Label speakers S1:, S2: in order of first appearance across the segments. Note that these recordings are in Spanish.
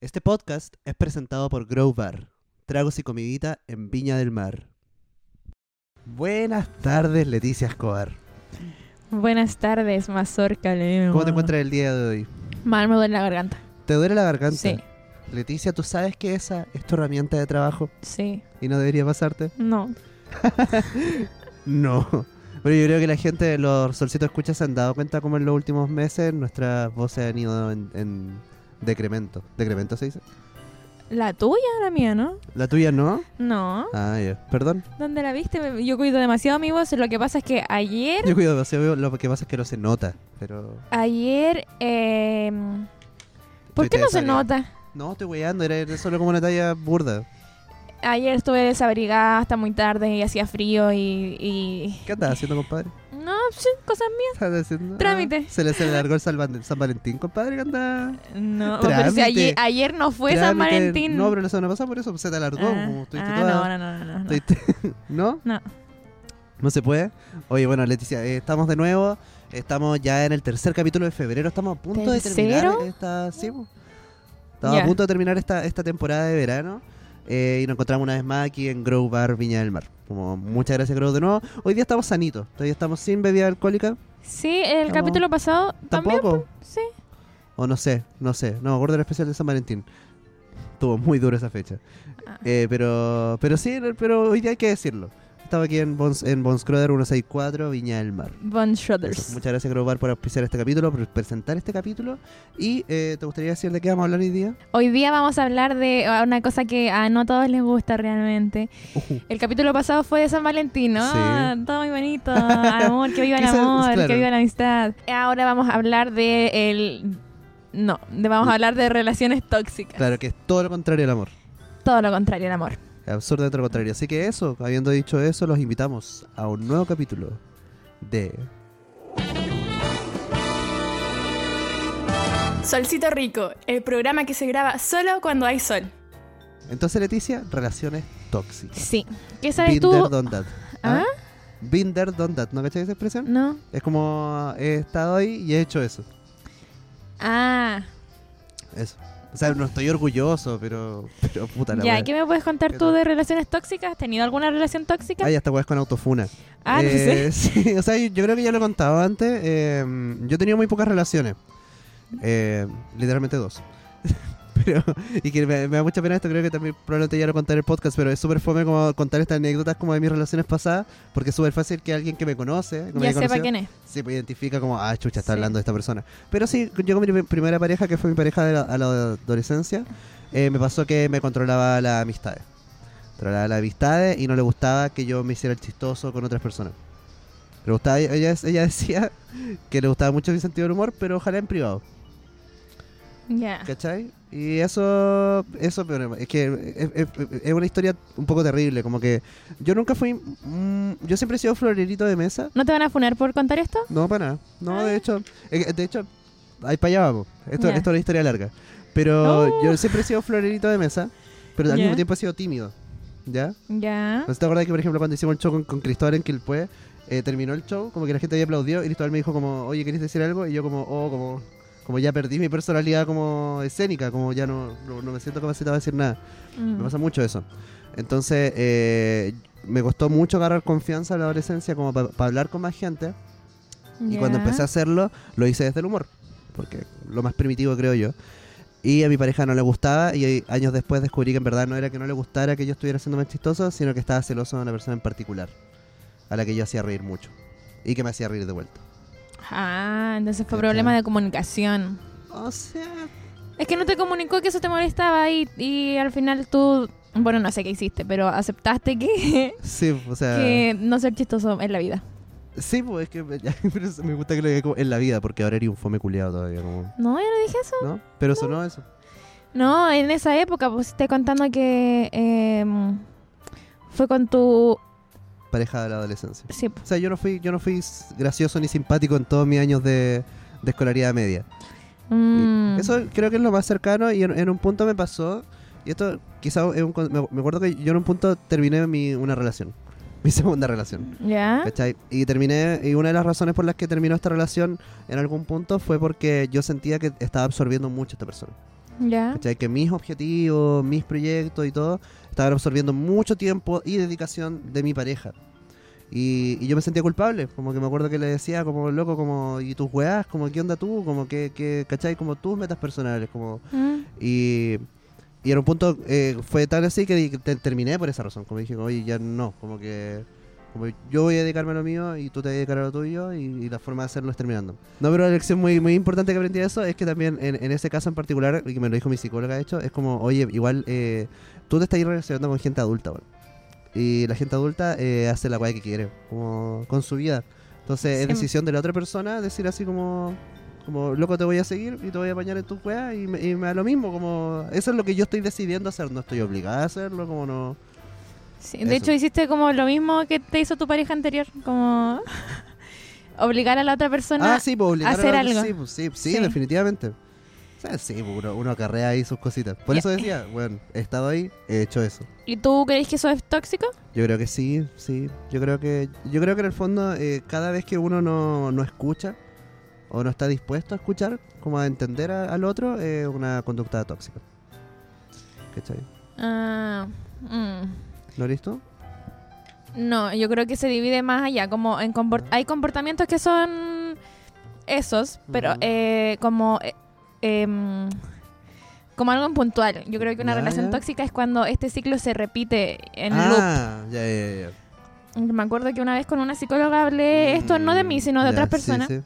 S1: Este podcast es presentado por Grow Bar, tragos y comidita en Viña del Mar. Buenas tardes, Leticia Escobar.
S2: Buenas tardes, Mazorca Leo.
S1: ¿Cómo te encuentras el día de hoy?
S2: Mal me duele la garganta.
S1: ¿Te duele la garganta?
S2: Sí,
S1: Leticia, ¿tú sabes que esa es tu herramienta de trabajo
S2: sí,
S1: y no debería pasarte?
S2: no.
S1: No. Pero yo creo que la gente de los solcitos escuchas se han dado cuenta como en los últimos meses nuestras voces han ido en, en decremento. ¿Decremento se dice?
S2: La tuya, la mía, ¿no?
S1: ¿La tuya no?
S2: No.
S1: Ah, ya. Perdón.
S2: ¿Dónde la viste? Yo cuido demasiado mi voz. Lo que pasa es que ayer,
S1: Yo cuido demasiado, lo que pasa es que no se nota, pero...
S2: ayer, eh, ¿por
S1: Estoy
S2: qué no se
S1: desabrigado.
S2: nota?
S1: No, estoy weyando, era era solo como una talla burda.
S2: Ayer estuve desabrigada hasta muy tarde y hacía frío y, y-
S1: ¿Qué andabas haciendo, compadre?
S2: no, sí, cosas mías.
S1: ¿Estabas haciendo?
S2: Trámite.
S1: Ah, se le se le largó el San Van- San Valentín, compadre, que andaba...
S2: No,
S1: Trámite.
S2: pero si ayer, ayer no fue San
S1: Trámite.
S2: Valentín.
S1: No, pero la semana pasada por eso se te alargó.
S2: Ah,
S1: como estuviste
S2: ah,
S1: toda-
S2: no, no, no, no, no.
S1: estuviste- ¿No?
S2: No.
S1: No se puede. Oye, bueno, Leticia, eh, estamos de nuevo. Estamos ya en el tercer capítulo de febrero. Estamos a punto de
S2: ¿Tercero?
S1: terminar esta. Sí, po. Estamos a
S2: Ya.
S1: punto de terminar esta, esta temporada de verano. eh, y nos encontramos una vez más aquí en Grow Bar Viña del Mar. Como, muchas gracias, Grow, de nuevo. Hoy día estamos sanitos. Todavía estamos sin bebida alcohólica.
S2: Sí, el
S1: No.
S2: capítulo pasado también. pues,
S1: Tampoco.
S2: Sí.
S1: O no sé, no sé. No, gordo el especial de San Valentín. Estuvo muy dura esa fecha.
S2: Ah.
S1: Eh, pero, pero sí, pero hoy día hay que decirlo. Estaba aquí en Bons, en Bons Croder 164, Viña del Mar.
S2: Von
S1: Eso.
S2: Shoulders.
S1: Muchas gracias, Grobar, por auspiciar este capítulo, por presentar este capítulo. Y eh, te gustaría decir de qué vamos a hablar hoy día.
S2: Hoy día vamos a hablar de ah, una cosa que a no todos les gusta realmente.
S1: Ujú.
S2: El capítulo pasado fue de San Valentín, ¿no?
S1: Sí.
S2: Ah, Todo muy bonito. Amor, que viva el
S1: Que se-
S2: amor,
S1: claro.
S2: que viva la amistad. Ahora vamos a hablar de el... No, de- vamos a hablar de relaciones tóxicas.
S1: Claro que es todo lo contrario al amor.
S2: Todo lo contrario, el amor.
S1: Absurdamente lo contrario. Así que eso, habiendo dicho eso, los invitamos a un nuevo capítulo de
S3: Solcito Rico, el programa que se graba solo cuando hay sol.
S1: Entonces, Leticia, relaciones tóxicas.
S2: Sí. ¿Qué sabes
S1: Binder
S2: tú?
S1: done that.
S2: ¿Ah? Mm.
S1: Binder done that. ¿No cachai esa expresión?
S2: No.
S1: Es como he estado ahí y he hecho eso.
S2: Ah,
S1: Eso. O sea, no estoy orgulloso, pero, pero puta la
S2: ya.
S1: wea.
S2: ¿Qué me puedes contar
S1: ¿Qué
S2: tú
S1: tal?
S2: de relaciones tóxicas? ¿Has tenido alguna relación tóxica?
S1: Ay, hasta weas con autofuna.
S2: ah, no sé.
S1: Eh, sí, o sea, yo creo que ya lo he contado antes. eh, yo he tenido muy pocas relaciones. eh, literalmente dos. pero, y que me, me da mucha pena esto, creo que también probablemente ya lo conté en el podcast, pero es súper fome como contar estas anécdotas como de mis relaciones pasadas, porque es súper fácil que alguien que me conoce, que me
S2: Ya
S1: haya
S2: sepa
S1: conocido,
S2: quién es.
S1: se me identifica como, ah, chucha, está
S2: Sí.
S1: hablando de esta persona. Pero sí, yo con mi primera pareja, que fue mi pareja de la, a la adolescencia, eh, me pasó que me controlaba las amistades. Controlaba las amistades y no le gustaba que yo me hiciera el chistoso con otras personas. Le gustaba, ella, ella decía que le gustaba mucho mi sentido del humor, pero ojalá en privado.
S2: Ya.
S1: ¿Cachai? Y eso, eso pero es que es, es- es una historia un poco terrible, como que yo nunca fui, mm, yo siempre he sido florerito de mesa,
S2: ¿No te van a funar por contar esto?
S1: no, para nada. No,
S2: Ah.
S1: de hecho, eh, de hecho, ahí para allá vamos. Esto,
S2: Ya.
S1: esto es una historia larga. Pero
S2: No.
S1: yo siempre he sido florerito de mesa, pero al
S2: Ya. Ah.
S1: mismo tiempo he sido tímido. ¿Ya?
S2: Ya.
S1: ¿No se te acuerdas que, por ejemplo, cuando hicimos el show con, con Cristóbal en Quilpue, eh, terminó el show, como que la gente había aplaudido y Cristóbal me dijo como, oye, ¿querés decir algo? Y yo como, oh, como, como ya perdí mi personalidad como escénica, como ya no, no, no me siento capacitado a decir nada.
S2: Mm.
S1: Me pasa mucho eso. Entonces, eh, me costó mucho agarrar confianza en la adolescencia como para hablar con más gente. Y
S2: Ya.
S1: cuando empecé a hacerlo, lo hice desde el humor, porque lo más primitivo creo yo. Y a mi pareja no le gustaba y eh, años después descubrí que en verdad no era que no le gustara que yo estuviera siendo más chistoso, sino que estaba celoso de una persona en particular, a la que yo hacía reír mucho y que me hacía reír de vuelta.
S2: Ah, entonces fue
S1: ¿Cachai?
S2: problema de comunicación.
S1: O sea,
S2: Es que no te comunicó que eso te molestaba y, y al final tú, bueno, no sé qué hiciste, pero aceptaste que,
S1: sí, o sea,
S2: que no ser chistoso en la vida.
S1: sí, pues es que me, pero eso me gusta que lo diga como en la vida, porque ahora era un fome culiado todavía, como,
S2: No, yo no dije eso.
S1: ¿no? Pero sonó eso.
S2: No, en esa época, pues te contando que em, fue con tu...
S1: Pareja de la adolescencia.
S2: Sí, pues, po.
S1: O sea, yo no fui, yo no fui gracioso ni simpático en todos mis años de, de escolaridad media.
S2: Mm.
S1: Y Eso creo que es lo más cercano y en, en un punto me pasó, y esto quizá es un con- me, me acuerdo que yo en un punto terminé mi, una relación, mi segunda relación.
S2: ¿Ya?
S1: ¿Cachai? Y terminé, y una de las razones por las que terminó esta relación en algún punto fue porque yo sentía que estaba absorbiendo mucho a esta persona.
S2: Ya.
S1: ¿Cachai? Que mis objetivos, mis proyectos y todo, estaban absorbiendo mucho tiempo y dedicación de mi pareja. Y, y yo me sentía culpable, como que me acuerdo que le decía, como loco, como, ¿y tus weás? Como, ¿qué onda tú? Como que, que ¿cachai? Como tus metas personales, como...
S2: Mm.
S1: Y, y en un punto eh, fue tal así que di- te- terminé por esa razón, como dije, oye, ya no, como que... Como yo voy a dedicarme a lo mío y tú te vas a dedicar a lo tuyo y, y la forma de hacerlo es terminando. No, pero la lección muy, muy importante que aprendí de eso es que también en, en ese caso en particular, y que me lo dijo mi psicóloga de hecho, es como, oye, igual eh, tú te estás relacionando con gente adulta, weón. Y la gente adulta eh, hace la weá que quiere, como con su vida. Entonces
S2: Sí.
S1: es decisión de la otra persona decir así como, como loco te voy a seguir y te voy a apañar en tu weá y, me- y me da lo mismo, como eso es lo que yo estoy decidiendo hacer, no estoy obligada a hacerlo, como no...
S2: Sí,
S1: Eso.
S2: de hecho, hiciste como lo mismo que te hizo tu pareja anterior, como obligar a la otra persona.
S1: ah, sí, pues obligar a
S2: hacer
S1: la-
S2: algo.
S1: Sí, pues, sí, sí,
S2: Sí.
S1: definitivamente. O sea, sí, pues, uno, uno acarrea ahí sus cositas. Por
S2: Ya.
S1: eso decía, bueno, he estado ahí, he hecho eso.
S2: ¿Y tú crees que eso es tóxico?
S1: Yo creo que sí, sí. Yo creo que, yo creo que en el fondo, eh, cada vez que uno no, no escucha o no está dispuesto a escuchar, como a entender a- al otro, es una conducta tóxica. ¿Cachai?
S2: Ah, mm.
S1: ¿No listo?
S2: No, yo creo que se divide más allá, como en comport- hay comportamientos que son esos, pero
S1: Ujú.
S2: eh, como eh, em, como algo en puntual. Yo creo que una
S1: Ya,
S2: relación
S1: ya.
S2: tóxica es cuando este ciclo se repite en
S1: ah, ya, ya, ya.
S2: loop. Me acuerdo que una vez con una psicóloga hablé esto no de mí, sino de
S1: Mm, Ya,
S2: otras
S1: sí,
S2: personas.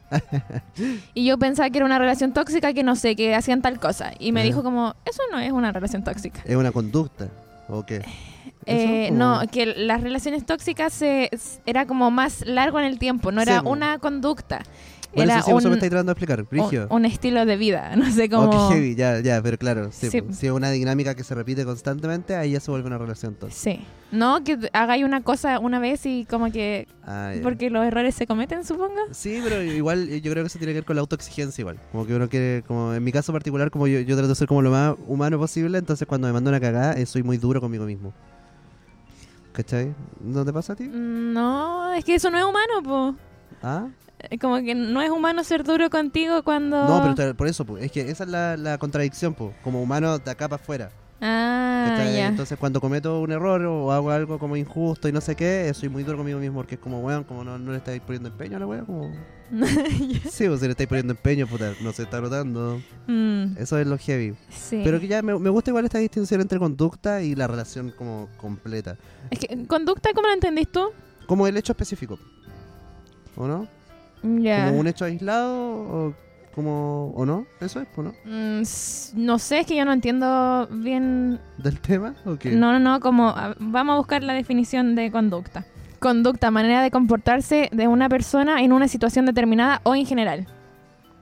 S1: sí.
S2: Y yo pensaba que era una relación tóxica, que no sé, que hacían tal cosa. Y me
S1: Ya.
S2: dijo como, eso no es una relación tóxica.
S1: ¿Es una conducta o qué?
S2: Eh,
S1: ¿Eso?
S2: no,
S1: ¿O-
S2: que las relaciones tóxicas se, s- era como más largo en el tiempo, no
S1: Sí,
S2: era
S1: po.
S2: una conducta.
S1: Bueno,
S2: era
S1: eso sí, eso me
S2: un,
S1: estáis tratando de explicar, Brigio.
S2: un- un estilo de vida, no
S1: Oh,
S2: sé
S1: qué
S2: cómo...
S1: heavy, ya, ya, pero claro, sí,
S2: Sí.
S1: pues, si es una dinámica que se repite constantemente, ahí ya se vuelve una relación tóxica.
S2: Sí. No, que t- hagáis una cosa una vez y como que...
S1: Ah, ya.
S2: Porque los errores se cometen, supongo.
S1: Sí, pero igual eh, yo creo que eso tiene que ver con la autoexigencia igual. Como que uno quiere, como en mi caso particular, como yo, yo trato de ser como lo más humano posible, entonces cuando me mando una cagada eh, soy muy duro conmigo mismo. ¿Cachai? ¿No te pasa a ti?
S2: Mm, No, es que eso no es humano, po.
S1: ¿Ah?
S2: Eh, Como que no es humano ser duro contigo cuando...
S1: No, pero te- por eso, po, es que esa es la, la contradicción, po, como humano de acá para afuera.
S2: Ah,
S1: ¿cachai?
S2: ya.
S1: Entonces cuando cometo un error o hago algo como injusto y no sé qué, eh, soy muy duro conmigo mismo porque es como, weón, como no, no le estáis poniendo empeño a la weón, como... Sí, pues si le estáis poniendo empeño, puta, no se está notando.
S2: Mm,
S1: Eso es lo heavy.
S2: sí.
S1: eh, Pero que ya me, me gusta igual esta distinción entre conducta y la relación como completa.
S2: Es que, ¿Conducta cómo la entendís tú?
S1: Como el hecho específico. ¿O no?
S2: Ya.
S1: Como un hecho aislado o como o no, eso es, ¿o no?
S2: Mm, s- no sé, es que yo no entiendo bien.
S1: Del tema o qué?
S2: No, no, no, como a- vamos a buscar la definición de conducta. Conducta, manera de comportarse de una persona en una situación determinada o en general.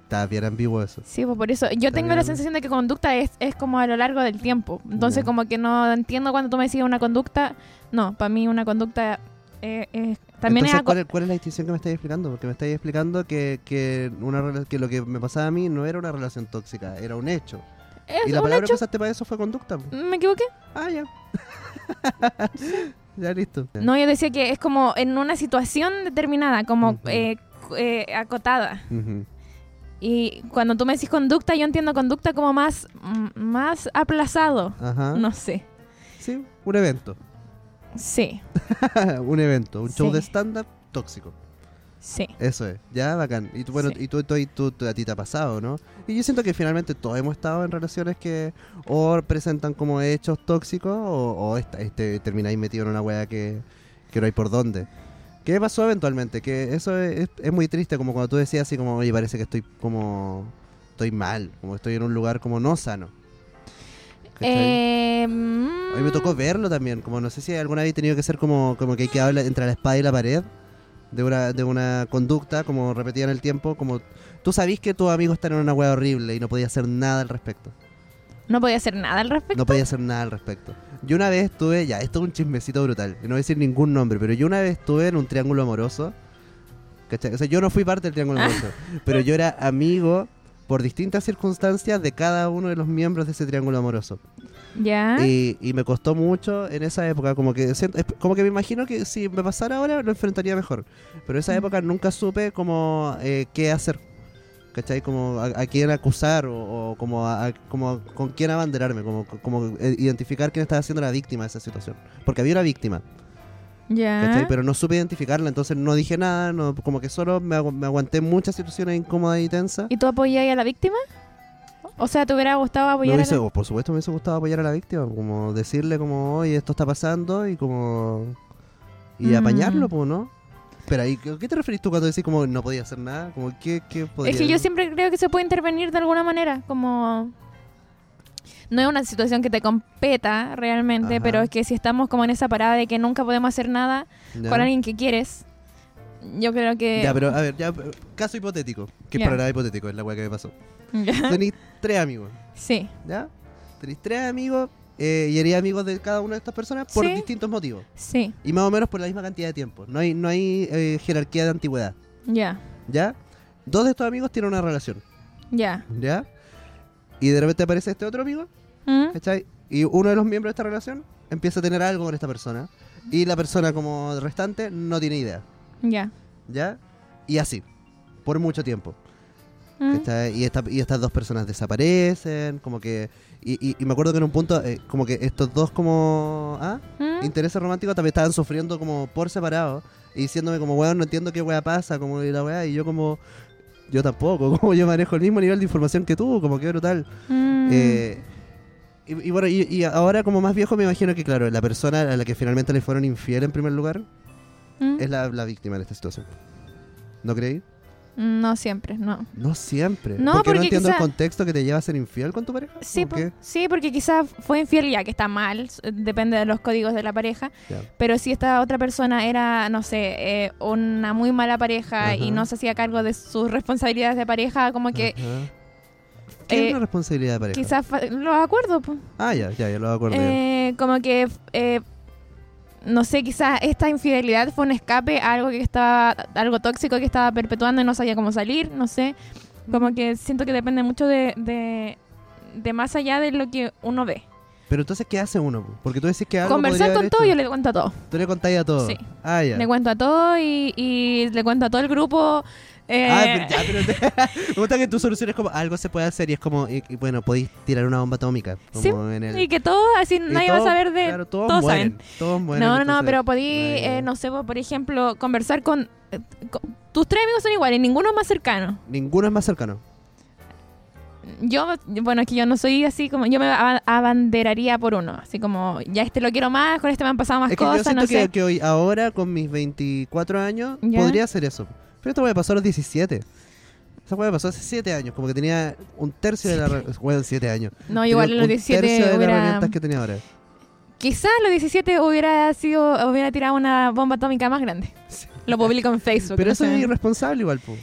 S1: Está bien ambiguo eso.
S2: Sí, pues por eso yo
S1: Está
S2: tengo
S1: bien.
S2: la sensación de que conducta es, es como a lo largo del tiempo. Entonces
S1: Ya.
S2: como que no entiendo cuando tú me decís una conducta. No, para mí una conducta eh, es- también
S1: Entonces,
S2: es algo...
S1: ¿cuál, es- cuál es la distinción que me estáis explicando? Porque me estáis explicando que, que, una, rela- que lo que me pasaba a mí no era una relación tóxica, era un hecho.
S2: es
S1: y la
S2: un
S1: palabra que
S2: hecho.
S1: usaste para eso fue conducta. po.
S2: ¿Me equivoqué?
S1: Ah, ya. ya listo.
S2: No, yo decía que es como en una situación determinada, como
S1: Ujú.
S2: eh, cu- eh, acotada.
S1: Ujú.
S2: Y cuando tú me decís conducta, yo entiendo conducta como más, mm, más aplazado.
S1: Ajá.
S2: No sé.
S1: Sí, un evento.
S2: Sí,
S1: un evento, un show
S2: Sí.
S1: de stand-up tóxico.
S2: sí.
S1: Eso es, ya bacán. Y tú, bueno,
S2: Sí.
S1: y tú, tú- y tú- tú- a ti te ha pasado, ¿no? Y yo siento que finalmente todos hemos estado en relaciones que o presentan como hechos tóxicos o, o esta- este, termináis metido en una wea que, que no hay por dónde. ¿Qué pasó eventualmente? Que eso es, es- es muy triste, como cuando tú decías así como, oye, parece que estoy como, estoy mal, como estoy en un lugar como no sano. ¿Cachai?
S2: Eh,
S1: A mí me tocó verlo también, como no sé si alguna vez he tenido que ser como, como que hay que hablar entre la espada y la pared de una, de una conducta, como repetida en el tiempo, como tú sabís que tus amigos están en una hueá horrible y no podía hacer nada al respecto.
S2: No podía hacer nada al respecto.
S1: No podía hacer nada al respecto. Yo una vez estuve, ya, esto es un chismecito brutal, y no voy a decir ningún nombre, pero yo una vez estuve en un triángulo amoroso, ¿cachai? O sea, yo no fui parte del triángulo amoroso, pero yo era amigo por distintas circunstancias de cada uno de los miembros de ese triángulo amoroso.
S2: Ya.
S1: Y, y me costó mucho en esa época, como que siento- es- como que me imagino que si me pasara ahora lo enfrentaría mejor. Pero esa época nunca supe como eh, qué hacer. ¿Cachai? Como a, a quién acusar o, o como, a, a- como a- con quién abanderarme, como, como eh, identificar quién estaba siendo la víctima de esa situación. Porque había una víctima,
S2: Ya. Ah.
S1: ¿cachai? Pero no supe identificarla, entonces no dije nada, no, como que solo me, agu- me aguanté muchas situaciones incómodas y tensas.
S2: ¿Y tú apoyáis a la víctima? O sea, ¿te hubiera gustado
S1: Me
S2: apoyar a
S1: hubiese-
S2: la...
S1: Por supuesto me hubiese gustado apoyar a la víctima, como decirle como, oye, esto está pasando y como... Y
S2: Mm.
S1: apañarlo, pues, ¿no? Pero ahí, ¿qué qué te referís tú cuando decís como no podía hacer nada? Como, ¿qué, qué podía
S2: Es que yo siempre creo que se puede intervenir de alguna manera, como... No es una situación que te competa realmente,
S1: Ajá.
S2: pero es que si estamos como en esa parada de que nunca podemos hacer nada
S1: Ya.
S2: con alguien que quieres, yo creo que...
S1: Ya, pero a ver, ya, pero, caso hipotético. Que
S2: Ya. Ah.
S1: para nada hipotético es la weá que me pasó.
S2: Ya.
S1: Tenéis tres amigos,
S2: sí,
S1: ¿ya? Tenéis tres amigos eh, y eres amigos de cada una de estas personas por
S2: Sí.
S1: distintos motivos.
S2: sí,
S1: Y más o menos por la misma cantidad de tiempo. No hay, no hay eh, jerarquía de antigüedad,
S2: ya,
S1: ¿ya? Dos de estos amigos tienen una relación,
S2: ya.
S1: ¿ya? Y de repente aparece este otro amigo,
S2: ¿Mm?
S1: ¿cachai? Y uno de los miembros de esta relación empieza a tener algo con esta persona. Y la persona como restante no tiene idea,
S2: Ya.
S1: ¿ya? Y así, por mucho tiempo.
S2: ¿Mm?
S1: ¿cachai? Y, esta- y estas dos personas desaparecen, como que... Y, y- y me acuerdo que en un punto, eh, como que estos dos como... ¿ah?
S2: ¿Mm?
S1: Intereses románticos también estaban sufriendo como por separado. Y diciéndome como, weón, no entiendo qué weá pasa, como y la weá. Y yo como... Yo tampoco, como yo manejo el mismo nivel de información que tú, como que brutal.
S2: Mm.
S1: Eh, y, y bueno, y, y ahora como más viejo me imagino que, claro, la persona a la que finalmente le fueron infiel en primer lugar
S2: ¿Mm?
S1: es la, la víctima en esta situación. ¿No creí?
S2: No siempre, no.
S1: No siempre.
S2: No,
S1: porque no
S2: porque
S1: entiendo
S2: quizá-
S1: el contexto que te lleva a ser infiel con tu pareja.
S2: Sí,
S1: ¿O
S2: po-
S1: qué?
S2: sí, porque quizás fue infiel ya que está mal, s- depende de los códigos de la pareja,
S1: Ya.
S2: pero si esta otra persona era, no sé, eh, una muy mala pareja
S1: Ajá. Ah,
S2: y no se hacía cargo de sus responsabilidades de pareja, como que
S1: Ajá. ¿Qué es
S2: eh,
S1: una responsabilidad de pareja?
S2: quizás fa- los acuerdos, po.
S1: Ah, ya, ya, ya lo acordé.
S2: Eh, como que, eh, no sé, quizás esta infidelidad fue un escape a algo que estaba, algo tóxico que estaba perpetuando y no sabía cómo salir, no sé. Como que siento que depende mucho de, de, de más allá de lo que uno ve.
S1: Pero entonces, ¿qué hace uno? po? Porque tú decís que algo
S2: Conversar
S1: podría
S2: con
S1: haber
S2: todo,
S1: hecho.
S2: yo le cuento a todo.
S1: Tú le contáis a todo.
S2: Sí.
S1: Ah, ya.
S2: Le cuento a todo y, y le cuento a todo el grupo. eh,
S1: Ah, pero ya, pero te- Me gusta que tu solución es como algo se puede hacer y es como, y- y bueno, podéis tirar una bomba atómica. Como
S2: Sí,
S1: en el,
S2: y que todos, así
S1: y
S2: nadie va a
S1: todos,
S2: saber de...
S1: claro, todos,
S2: todos
S1: mueren, Todos mueren.
S2: no, no, no,
S1: entonces,
S2: pero podí,
S1: nadie-
S2: eh, no sé, po, por ejemplo, conversar con... eh, co- Tus tres amigos son iguales, ninguno es más cercano.
S1: Ninguno es más cercano.
S2: Yo, bueno, es que yo no soy así como. Yo me aba- abanderaría por uno. Así como, ya este lo quiero más, con este me han pasado más
S1: es que yo
S2: cosas,
S1: siento
S2: no
S1: que,
S2: sé.
S1: que hoy, ahora, con mis 24 años,
S2: Ya.
S1: podría hacer eso. Pero esto me pasó a los 17. Esa hueá me pasó hace 7 años, como que tenía un tercio de la... re- Bueno, 7 años.
S2: No,
S1: Tenía
S2: igual a los
S1: un tercio
S2: 17
S1: de las
S2: hubiera.
S1: herramientas que tenía ahora.
S2: Quizás a los 17 hubiera sido. Hubiera tirado una bomba atómica más grande.
S1: Sí.
S2: Lo publico en Facebook.
S1: Pero
S2: no
S1: eso
S2: sé.
S1: es irresponsable igual, po.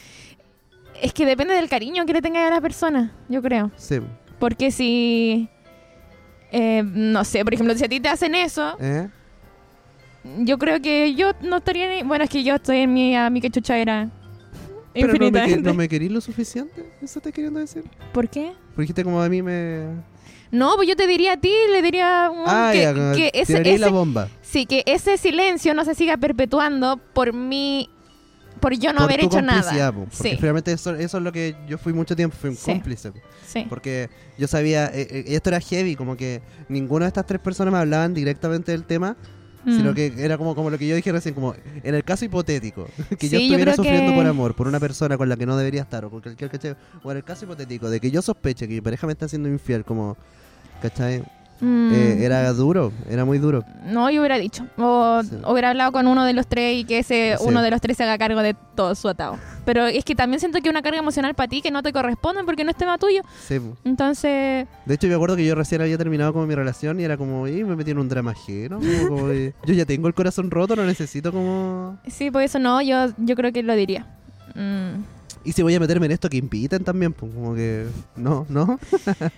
S2: Es que depende del cariño que le tenga a la persona, yo creo.
S1: Sí.
S2: Porque si. eh, no sé, por ejemplo, si a ti te hacen eso,
S1: ¿Eh?
S2: yo creo que yo no estaría ni. Bueno, es que yo estoy en mi, a mi que chucha era.
S1: Pero no me, que-
S2: infinitamente.
S1: no me querís lo suficiente, eso estás queriendo decir.
S2: ¿Por qué?
S1: Porque dijiste como a mí me...
S2: No, pues yo te diría a ti, le diría um,
S1: Ah,
S2: que,
S1: ya, como
S2: que ese,
S1: tiraría la
S2: ese-
S1: bomba.
S2: sí, que ese silencio no se siga perpetuando por mí, por yo no
S1: por
S2: haber
S1: tu
S2: hecho
S1: complicidad,
S2: nada.
S1: po, porque
S2: Sí,
S1: finalmente eso, eso es lo que yo fui mucho tiempo, fui un
S2: Sí.
S1: cómplice. po.
S2: sí.
S1: Porque yo sabía, eh, eh, esto era heavy, como que ninguna de estas tres personas me hablaban directamente del tema,
S2: Mm.
S1: sino que era como, como lo que yo dije recién, como en el caso hipotético, que yo
S2: Sí, yo
S1: estuviera
S2: creo
S1: sufriendo
S2: que-
S1: por amor, por una persona con la que no debería estar, o con cualquier ¿cachai? O en el caso hipotético de que yo sospeche que mi pareja me está haciendo infiel, como, ¿cachai?
S2: Mm.
S1: Eh, era duro, era muy duro.
S2: No, yo hubiera dicho. O
S1: Sí.
S2: hubiera hablado con uno de los tres y que ese
S1: Sí.
S2: uno de los tres se haga cargo de todo su atado. Pero es que también siento que una carga emocional para ti que no te corresponde porque no es tema tuyo.
S1: Sí, po.
S2: Entonces,
S1: De hecho, yo me acuerdo que yo recién había terminado como mi relación y era como, y me metí en un drama ajeno, como- como de, yo ya tengo el corazón roto, no necesito como...
S2: sí, por eso no, yo, yo creo que lo diría. Mm.
S1: Y si voy a meterme en esto, que inviten también, pues como que... No, no.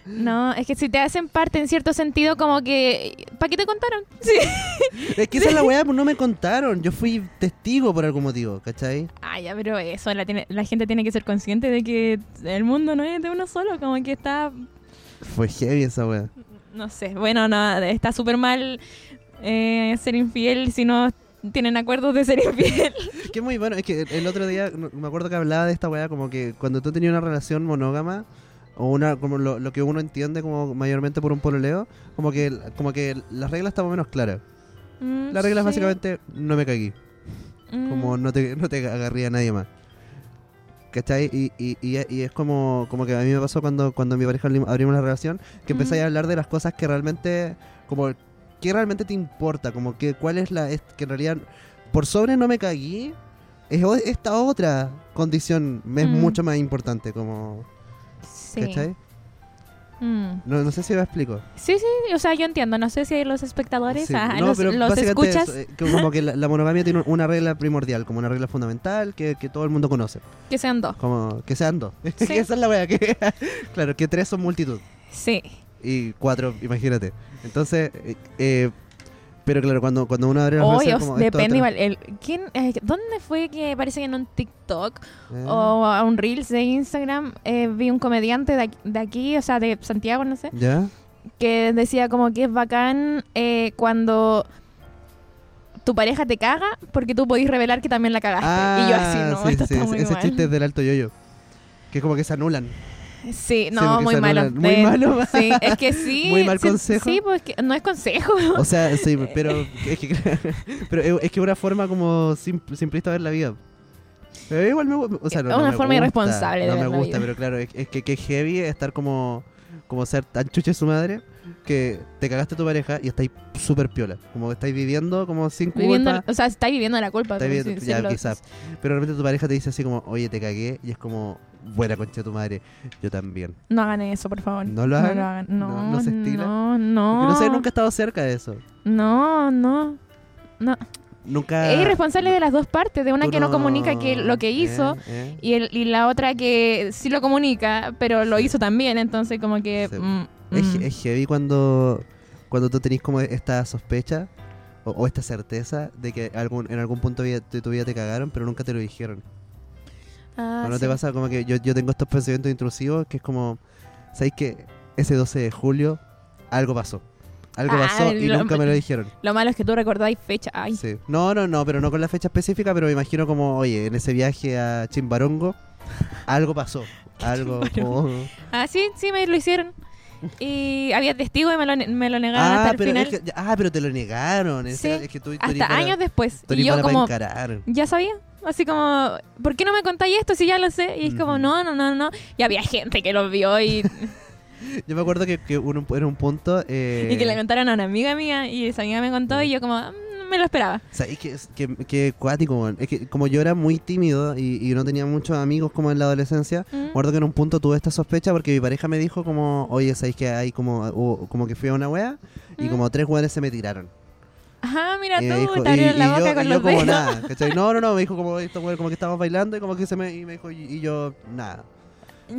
S2: No, es que si te hacen parte en cierto sentido, como que. ¿Para qué te contaron? Sí.
S1: Es que esa es la weá, pues no me contaron. Yo fui testigo por algún motivo, ¿cachai?
S2: Ah, ya, pero eso, la, tiene- la gente tiene que ser consciente de que el mundo no es de uno solo, como que está.
S1: Fue heavy esa weá.
S2: No sé, bueno, no, está súper mal eh, ser infiel si no, tienen acuerdos de ser infiel.
S1: Que es muy bueno. Es que el- el otro día no- me acuerdo que hablaba de esta weá, como que cuando tú tenías una relación monógama, o una como lo, lo que uno entiende como mayormente por un pololeo, como que, como que las reglas están más o menos claras.
S2: Mm,
S1: Las reglas
S2: sí.
S1: básicamente no me cagué,
S2: Mm.
S1: como no te, no te agarré a nadie más. ¿Cachai? Y, y, y, y es como, como que a mí me pasó cuando, cuando mi pareja abrim- abrimos la relación, que empezáis a
S2: Ujú.
S1: hablar de las cosas que realmente, como, que realmente te importa, como que cuál es la, es- que en realidad, por sobre no me cagué, es o- esta otra condición es
S2: Mm.
S1: mucho más importante, como,
S2: Sí.
S1: ¿cachai?
S2: Mm.
S1: No, no sé si me explico.
S2: Sí, sí, o sea, yo entiendo. No sé si los espectadores,
S1: Sí.
S2: ah,
S1: No,
S2: los,
S1: pero
S2: los
S1: básicamente
S2: escuchas,
S1: eso, eh, que como que la, la monogamia tiene una regla primordial, como una regla fundamental que, que todo el mundo conoce.
S2: que sean dos.
S1: Como que sean dos.
S2: Sí.
S1: Esa es la wea. Que, claro, que tres son multitud.
S2: Sí.
S1: Y cuatro, imagínate. Entonces, eh, eh, pero claro, cuando, cuando uno abre la
S2: Hoy
S1: relación,
S2: os-
S1: como esto
S2: depende
S1: atrás-
S2: igual. El, ¿quién, eh, ¿Dónde fue que parece que en un TikTok
S1: Eh,
S2: o a un Reels de Instagram eh, vi un comediante de aquí, de aquí, o sea, de Santiago, no sé,
S1: ¿Ya?
S2: que decía como que es bacán eh, cuando tu pareja te caga porque tú podís revelar que también la cagaste. y yo así, no,
S1: Ah, sí,
S2: esto
S1: sí,
S2: está
S1: ese-
S2: muy
S1: ese
S2: mal.
S1: chiste es del alto yoyo. Que como que se anulan.
S2: Sí,
S1: Sí,
S2: no,
S1: porque
S2: muy
S1: se
S2: malo.
S1: anulan. Muy
S2: Eh,
S1: malo.
S2: Sí, es que sí.
S1: Muy mal
S2: sí,
S1: consejo.
S2: Sí, porque no es consejo.
S1: O sea, sí, pero es que pero es- es que una forma como sim- simplista de ver la vida. Pero igual me, gu- o sea, no, no me
S2: Una forma
S1: gusta,
S2: irresponsable de
S1: No
S2: ver
S1: me
S2: la
S1: gusta,
S2: vida.
S1: pero claro, es, es que que heavy estar como como ser tan chuche su madre que te cagaste a tu pareja y estáis súper piola, como que estáis viviendo como sin culpa.
S2: Viviendo, o sea, estáis viviendo la culpa.
S1: estáis
S2: como
S1: viviendo-
S2: si- si
S1: ya,
S2: lo-
S1: quizás. Pero realmente tu pareja te dice así como, "Oye, te cagué" y es como, "Buena concha de tu madre, yo también."
S2: No hagan eso, por favor.
S1: ¿No lo hagan?
S2: No,
S1: ¿No- no se estila?
S2: No,
S1: Porque
S2: no.
S1: no sé, nunca he estado cerca de eso.
S2: No, no. No.
S1: Nunca
S2: es irresponsable de las dos partes, de una
S1: tú
S2: que no comunica que lo que
S1: Eh,
S2: hizo
S1: eh.
S2: y, el, y la otra que sí lo comunica, pero lo hizo también, entonces como que...
S1: Sí.
S2: mm,
S1: Es,
S2: mm.
S1: es heavy cuando, cuando tú tenés como esta sospecha o, o esta certeza de que algún, en algún punto de, de tu vida te cagaron, pero nunca te lo dijeron.
S2: Ah,
S1: ¿O no
S2: sí.
S1: te pasa como que yo, yo tengo estos pensamientos intrusivos que es como, ¿sabéis que ese 12 de julio algo pasó? Algo
S2: Ah,
S1: pasó y
S2: lo-
S1: nunca me lo dijeron.
S2: Lo malo es que tú recordáis fecha. Ay,
S1: Sí. No, no, no, pero no con la fecha específica, pero me imagino como, oye, en ese viaje a Chimbarongo, algo pasó. Algo
S2: Chimbarongo?
S1: como...
S2: Ah, sí, sí, me lo hicieron. Y había testigos y me lo, ne- me lo negaron
S1: Ah
S2: hasta el
S1: pero,
S2: final.
S1: es que- ah, pero te lo negaron. en
S2: Sí,
S1: serio, es que tú- tú eres
S2: hasta
S1: mala-
S2: años después.
S1: Tú
S2: Y
S1: eres
S2: yo
S1: mala para
S2: como,
S1: encarar.
S2: ya sabía. Así como, ¿por qué no me contáis esto si ya lo sé? Y es como,
S1: Ujú.
S2: no, no, no, no. Y había gente que lo vio y,
S1: Yo me acuerdo que, que un- era un punto. Eh,
S2: y que le contaron a una amiga mía y esa amiga me contó y yo como, "Mm, me lo esperaba.
S1: ¿Sabéis que, que, que cuático, weón? Es que como yo era muy tímido y, y no tenía muchos amigos como en la adolescencia,
S2: Mm.
S1: me acuerdo que en un punto tuve esta sospecha porque mi pareja me dijo como, oye, ¿sabéis que hay como, o- como que fui a una wea? Y
S2: Mm.
S1: como tres weones se me tiraron.
S2: Ajá, mira
S1: Y
S2: tú,
S1: me dijo-
S2: te abrieron
S1: y-
S2: la
S1: y yo-
S2: boca con
S1: y yo
S2: los
S1: como
S2: dedos.
S1: nada, ¿cachai? No, no, no, me dijo como, esto, weón, como que estábamos bailando y como que se me, y me dijo, y, y yo, nada.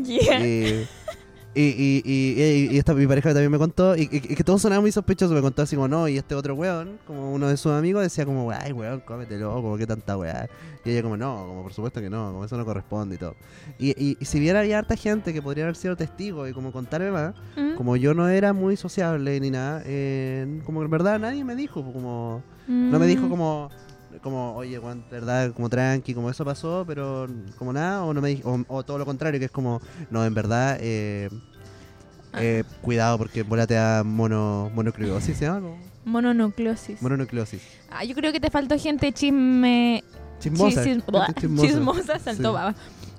S2: Yeah.
S1: Y, y, y, y- y- y esta, mi pareja también me contó, y, y- y que todo sonaba muy sospechoso, me contó así como, no, y este otro weón, como uno de sus amigos, decía como, ay, weón, cómetelo, como que tanta weá. Y ella como, no, como por supuesto que no, como eso no corresponde y todo. Y, y, y si bien había harta gente que podría haber sido testigo y como contarme más,
S2: Mm,
S1: como yo no era muy sociable ni nada, eh, como en verdad nadie me dijo, pues, como... No me dijo
S2: mm.
S1: como, como oye, Juan, verdad, como tranqui, como eso pasó, pero como nada, o no me dijo, o, o todo lo contrario, que es como, no, en verdad, eh, eh,
S2: Ah.
S1: cuidado porque volate a mono, mononucleosis, ¿se llama? Como
S2: Mononucleosis.
S1: Mononucleosis.
S2: Ah, yo creo que te faltó gente chisme
S1: Chismosa.
S2: Chis-
S1: gente
S2: bla,
S1: chismosa.
S2: chismosa. saltó
S1: Sí.
S2: baba.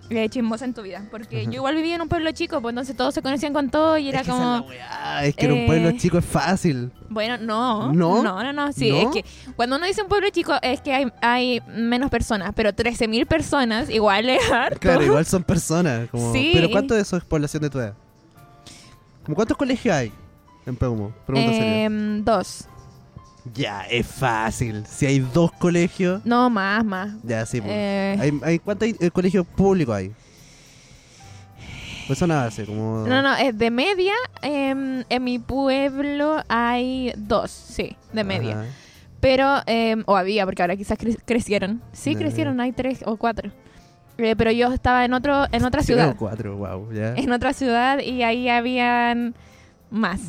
S2: Eh, chismosa en tu vida. Porque
S1: Ajá.
S2: yo igual vivía en un pueblo chico, pues entonces todos se conocían con todo y era
S1: es que esa es la
S2: como,
S1: weá, es que en un
S2: eh,
S1: pueblo chico es fácil.
S2: bueno, no,
S1: ¿No?
S2: no, no, no, sí,
S1: ¿No?
S2: es que cuando uno dice un pueblo chico es que hay, hay menos personas, pero 13.000 personas igual es harto.
S1: Claro, igual son personas. Como,
S2: Sí.
S1: Pero ¿cuánto de eso es población de tu edad? ¿Como ¿Cuántos colegios hay en Peumo? Pregunta seria.
S2: Em, dos,
S1: Ya, es fácil. Si hay dos colegios,
S2: no, más, más.
S1: ya sí. pues.
S2: Eh,
S1: ¿Hay, hay, ¿Cuántos eh, colegios públicos hay? Pues son a base, como...
S2: no, no, es de media, em, en mi pueblo hay dos, sí, de media.
S1: Ajá.
S2: Pero, eh, o había, porque ahora quizás cre- crecieron. Sí,
S1: Ya.
S2: crecieron, hay tres o cuatro. Eh, pero yo estaba en otro en otra
S1: Sí,
S2: ciudad. Eh.
S1: no, eh. cuatro, wow, ya.
S2: En otra ciudad y ahí habían más.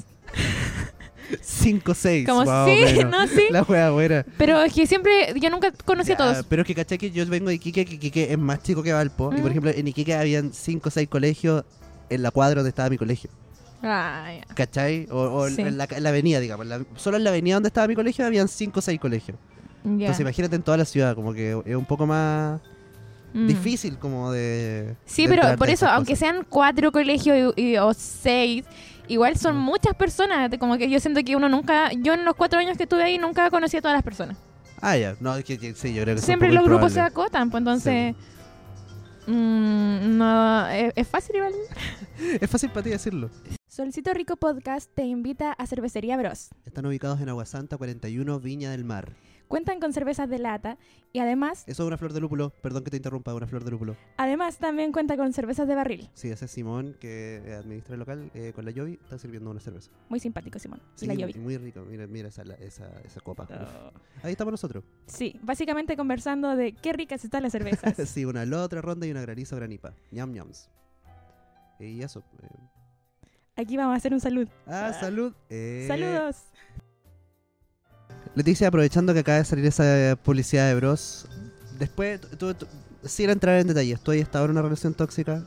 S1: 5 6.
S2: Como, sí, no, sí.
S1: La wea buena.
S2: Pero es que siempre, yo nunca conocí
S1: Ya,
S2: a
S1: eh,
S2: todos.
S1: Pero es que caché que yo vengo de Iquique, que Iquique es más chico que Valpo. Y por
S2: Mm.
S1: ejemplo, en Iquique habían 5 o 6 colegios en la cuadra donde estaba mi colegio.
S2: Ah, ya.
S1: ¿Cachai? O, o
S2: Sí.
S1: en, la, en la avenida, digamos. en la- solo en la avenida donde estaba mi colegio habían 5 o 6 colegios.
S2: Ya.
S1: Entonces imagínate en toda la ciudad, como que es un poco más
S2: Mm.
S1: difícil como de...
S2: Sí,
S1: de
S2: pero
S1: entrarte
S2: por
S1: a
S2: eso,
S1: esas
S2: aunque
S1: cosas.
S2: sean cuatro colegios y- y- o seis, igual son
S1: Mm.
S2: muchas personas. Como que yo siento que uno nunca, yo en los cuatro años que estuve ahí nunca conocí a todas las personas.
S1: Ah, ya. No, es que, que- sí, yo creo que es un
S2: Siempre
S1: poco
S2: los grupos se
S1: improbable.
S2: acotan, pues entonces... mm, no, es, es fácil igual.
S1: Es fácil para ti decirlo.
S2: Solcito Rico Podcast te invita a Cervecería Bros.
S1: Están ubicados en Aguasanta 41, Viña del Mar.
S2: Cuentan con cervezas de lata y además,
S1: Eso es una flor de lúpulo. Perdón que te interrumpa, una flor de lúpulo.
S2: además también cuenta con cervezas de barril.
S1: Sí, ese es Simón que administra el local eh, con la Yovi. Está sirviendo una cerveza.
S2: Muy simpático, Simón.
S1: Sí,
S2: la Yovi.
S1: Muy rico. Mira, mira esa, la- esa, esa copa. Uf. Ahí estamos nosotros.
S2: Sí, básicamente conversando de qué ricas están las cervezas.
S1: sí, una la otra ronda y una granizo granipa. Ñam ñams. Y eso. eh.
S2: Aquí vamos a hacer un salud.
S1: Ah, salud. Eh.
S2: Saludos.
S1: Leticia, aprovechando que acaba de salir esa eh, publicidad de Bros, después, tú, tú- sin entrar en detalles, ¿tú has estado en una relación tóxica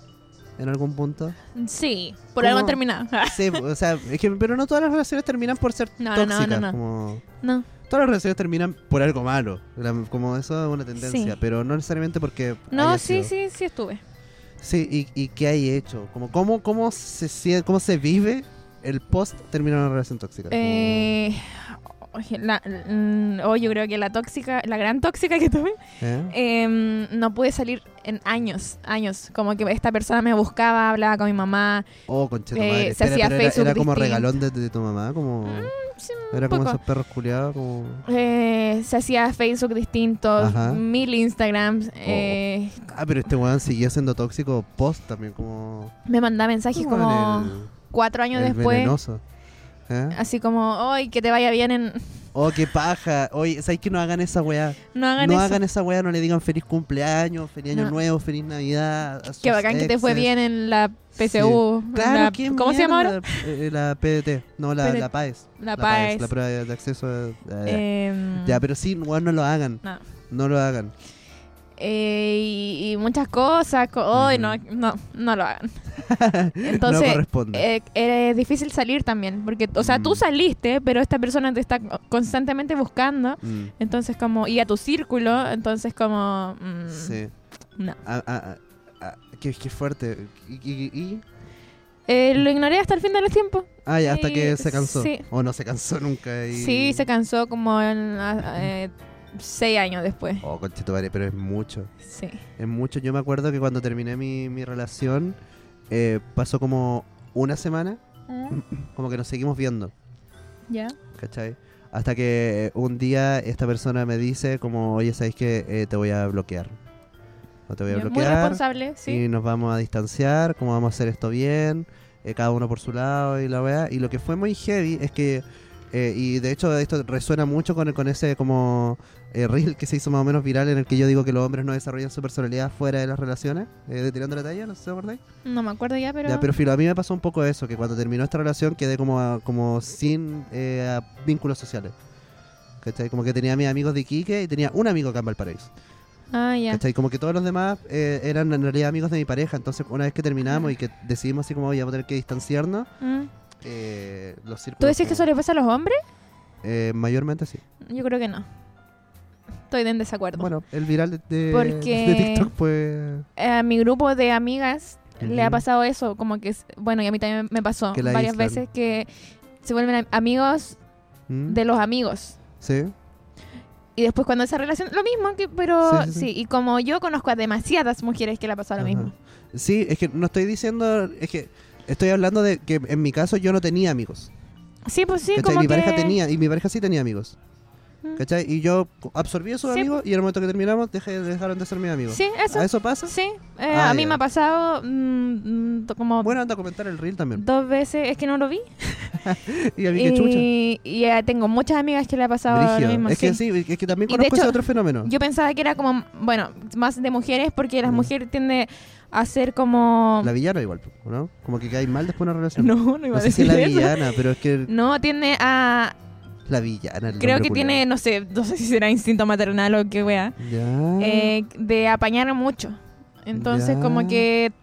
S1: en algún punto?
S2: Sí, por
S1: ¿Cómo?
S2: algo han terminado.
S1: Sí, o sea, es que, pero no todas las relaciones terminan por ser
S2: No, no, no,
S1: tóxicas.
S2: no, no.
S1: Como,
S2: no.
S1: todas las relaciones terminan por algo malo, la- como eso es una tendencia,
S2: Sí.
S1: pero no necesariamente porque...
S2: No,
S1: haya sido.
S2: sí, sí, sí estuve.
S1: Sí, y, y qué hay hecho, como, ¿cómo, cómo, se, sie- cómo se vive el post terminar una relación tóxica. Como-
S2: Eh, oye, la- mm, oh, yo creo que la tóxica, la gran tóxica que tuve,
S1: ¿Eh?
S2: em, no pude salir en años, años. Como que esta persona me buscaba, hablaba con mi mamá.
S1: Oh, concheta
S2: Eh,
S1: madre.
S2: se
S1: Espera,
S2: hacía
S1: pero era,
S2: Facebook
S1: era como
S2: distinto. Mm,
S1: regalón de, de tu mamá, como.
S2: sí,
S1: era como
S2: poco.
S1: esos perros culiados, como.
S2: Eh, se hacía Facebook distintos,
S1: Ajá. Oh.
S2: mil Instagrams. eh,
S1: Ah, pero este weón seguía siendo tóxico post también, como.
S2: me mandaba mensajes
S1: Weón,
S2: como
S1: el-
S2: cuatro años
S1: el
S2: después. Ah.
S1: venenoso. ¿Eh?
S2: Así como, hoy que te vaya bien en...
S1: Oh, qué paja. Oye, ¿sabes que no hagan esa weá?
S2: No hagan
S1: no
S2: eso.
S1: hagan esa weá, no le digan feliz cumpleaños, feliz año
S2: No.
S1: nuevo, feliz navidad. a sus
S2: Que bacán que te fue
S1: exes.
S2: bien en la PSU.
S1: Claro,
S2: la-
S1: qué
S2: ¿Cómo se llama ahora?
S1: mierda. Eh, la PDT, no, la,
S2: PDT.
S1: la PAES.
S2: La E
S1: PAES,
S2: PAES.
S1: La prueba de de acceso a. a-
S2: Em,
S1: Ya, pero sí, weón, no lo hagan.
S2: No.
S1: No lo hagan.
S2: eh, y, y muchas cosas. co- Ay,
S1: Ujú.
S2: no, no, no lo hagan.
S1: no
S2: Entonces,
S1: corresponde.
S2: eh, es difícil salir también. Porque, o sea,
S1: Mm.
S2: tú saliste, pero esta persona te está constantemente buscando.
S1: Mm,
S2: Entonces, como, y a tu círculo, entonces, como. mm,
S1: sí.
S2: No.
S1: Ah, ah, ah, ah, qué, qué fuerte. ¿Y, y- y-
S2: Eh, lo ignoré hasta el fin de los tiempos.
S1: Ah, ya, hasta
S2: Y-
S1: que se cansó.
S2: sí.
S1: O no se cansó nunca. Y...
S2: Sí, se cansó como en, ah, eh, seis años después.
S1: Oh, conchito, vale, pero es mucho.
S2: Sí.
S1: Es mucho. Yo me acuerdo que cuando terminé mi, mi relación, eh, pasó como una semana, como que nos seguimos viendo,
S2: Ah, Ya.
S1: ¿cachai? Hasta que eh, un día esta persona me dice como, oye, ¿sabes qué? Eh, te voy a bloquear. No te voy a
S2: Ya, Muy
S1: bloquear.
S2: responsable, sí.
S1: y nos vamos a distanciar, cómo vamos a hacer esto bien, eh, cada uno por su lado y la weá. Y lo que fue muy heavy es que, eh, y de hecho esto resuena mucho con, con ese como eh, reel que se hizo más o menos viral en el que yo digo que los hombres no desarrollan su personalidad fuera de las relaciones, eh, de tirando la talla, no sé si acordáis.
S2: No me acuerdo ya, pero.
S1: Ya, pero filo, a mí me pasó un poco eso, que cuando terminó esta relación quedé como, como sin eh, vínculos sociales. ¿Cachai? Como que tenía a mis amigos de Iquique y tenía un amigo acá en Valparaíso.
S2: Ah, ya.
S1: ¿Cachai? Como que todos los demás eh, eran en realidad amigos de mi pareja. Entonces, una vez que terminamos y que decidimos así como, oye, vamos a tener que distanciarnos,
S2: Mm.
S1: eh, los círculos.
S2: ¿Tú decís que eso
S1: como-
S2: le pasa a los hombres?
S1: eh, Mayormente sí.
S2: Yo creo que no. Estoy en desacuerdo.
S1: Bueno, el viral de, de-
S2: Porque-
S1: de TikTok fue.
S2: eh, A mi grupo de amigas le ha
S1: Ujú.
S2: pasado eso, como que, es- bueno, y a mí también me pasó
S1: Que la
S2: varias
S1: aíslan.
S2: veces que se vuelven am- amigos
S1: ¿Mm?
S2: de los amigos.
S1: Sí.
S2: Y después cuando esa relación, lo mismo, que, pero
S1: Sí,
S2: sí,
S1: sí, sí.
S2: y como yo conozco a demasiadas mujeres que le ha pasado lo
S1: Ajá.
S2: mismo.
S1: Sí, es que no estoy diciendo. Es que estoy hablando de que en mi caso yo no tenía amigos.
S2: Sí, pues sí,
S1: ¿Cachai?
S2: como
S1: mi
S2: que...
S1: pareja tenía, y mi pareja sí tenía amigos.
S2: Mm.
S1: ¿Cachai? Y yo absorbí a esos
S2: Sí.
S1: amigos y en el momento que terminamos dejé- dejaron de ser mis amigos.
S2: Sí, eso.
S1: ¿A eso pasa?
S2: Sí, eh,
S1: Ah,
S2: a mí
S1: ya.
S2: me ha pasado mm, mm, como
S1: Bueno, anda a comentar el reel también.
S2: dos veces, es que no lo vi.
S1: Y a mí que chucha.
S2: Y, y, eh, tengo muchas amigas que le ha pasado lo
S1: Brígido.
S2: mismo.
S1: es que
S2: sí.
S1: sí, es que también
S2: Y de
S1: conozco ese
S2: hecho,
S1: otro fenómeno.
S2: Yo pensaba que era como, bueno, más de mujeres porque las
S1: Mm.
S2: mujeres tienden hacer como...
S1: La villana igual, po, ¿no? Como que cae mal después de una relación.
S2: No, no
S1: No
S2: iba a
S1: sé si
S2: decir
S1: es la
S2: eso.
S1: villana, pero es que
S2: No, tiene a...
S1: la villana. el
S2: Creo
S1: nombre
S2: que
S1: culiao.
S2: tiene, no sé, no sé si será instinto maternal o qué wea.
S1: Ya.
S2: eh, de apañar mucho. Entonces,
S1: Ya.
S2: como que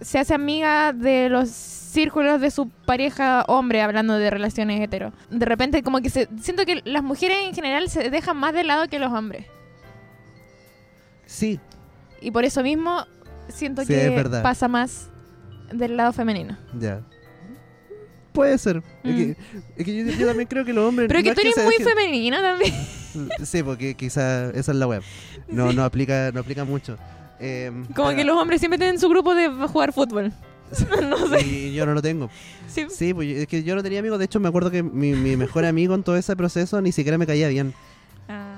S2: se hace amiga de los círculos de su pareja hombre, hablando de relaciones hetero. De repente, como que se, siento que las mujeres en general se dejan más de lado que los hombres.
S1: Sí,
S2: Y por eso mismo, siento
S1: Sí, es
S2: que
S1: verdad.
S2: pasa más del lado femenino.
S1: ya. Puede ser. Es
S2: Mm.
S1: que, es que yo, yo también creo que los hombres.
S2: Pero
S1: no
S2: que
S1: es
S2: tú eres
S1: se
S2: muy
S1: dejen-
S2: femenina también.
S1: Sí, porque quizá esa es la web. No, no aplica, no aplica mucho. Eh,
S2: Como
S1: pero-
S2: que los hombres siempre tienen su grupo de jugar fútbol. no sé.
S1: Y yo no lo tengo.
S2: Sí.
S1: Sí, pues yo- es que yo no tenía amigos. De hecho, me acuerdo que mi, mi mejor amigo en todo ese proceso ni siquiera me caía bien.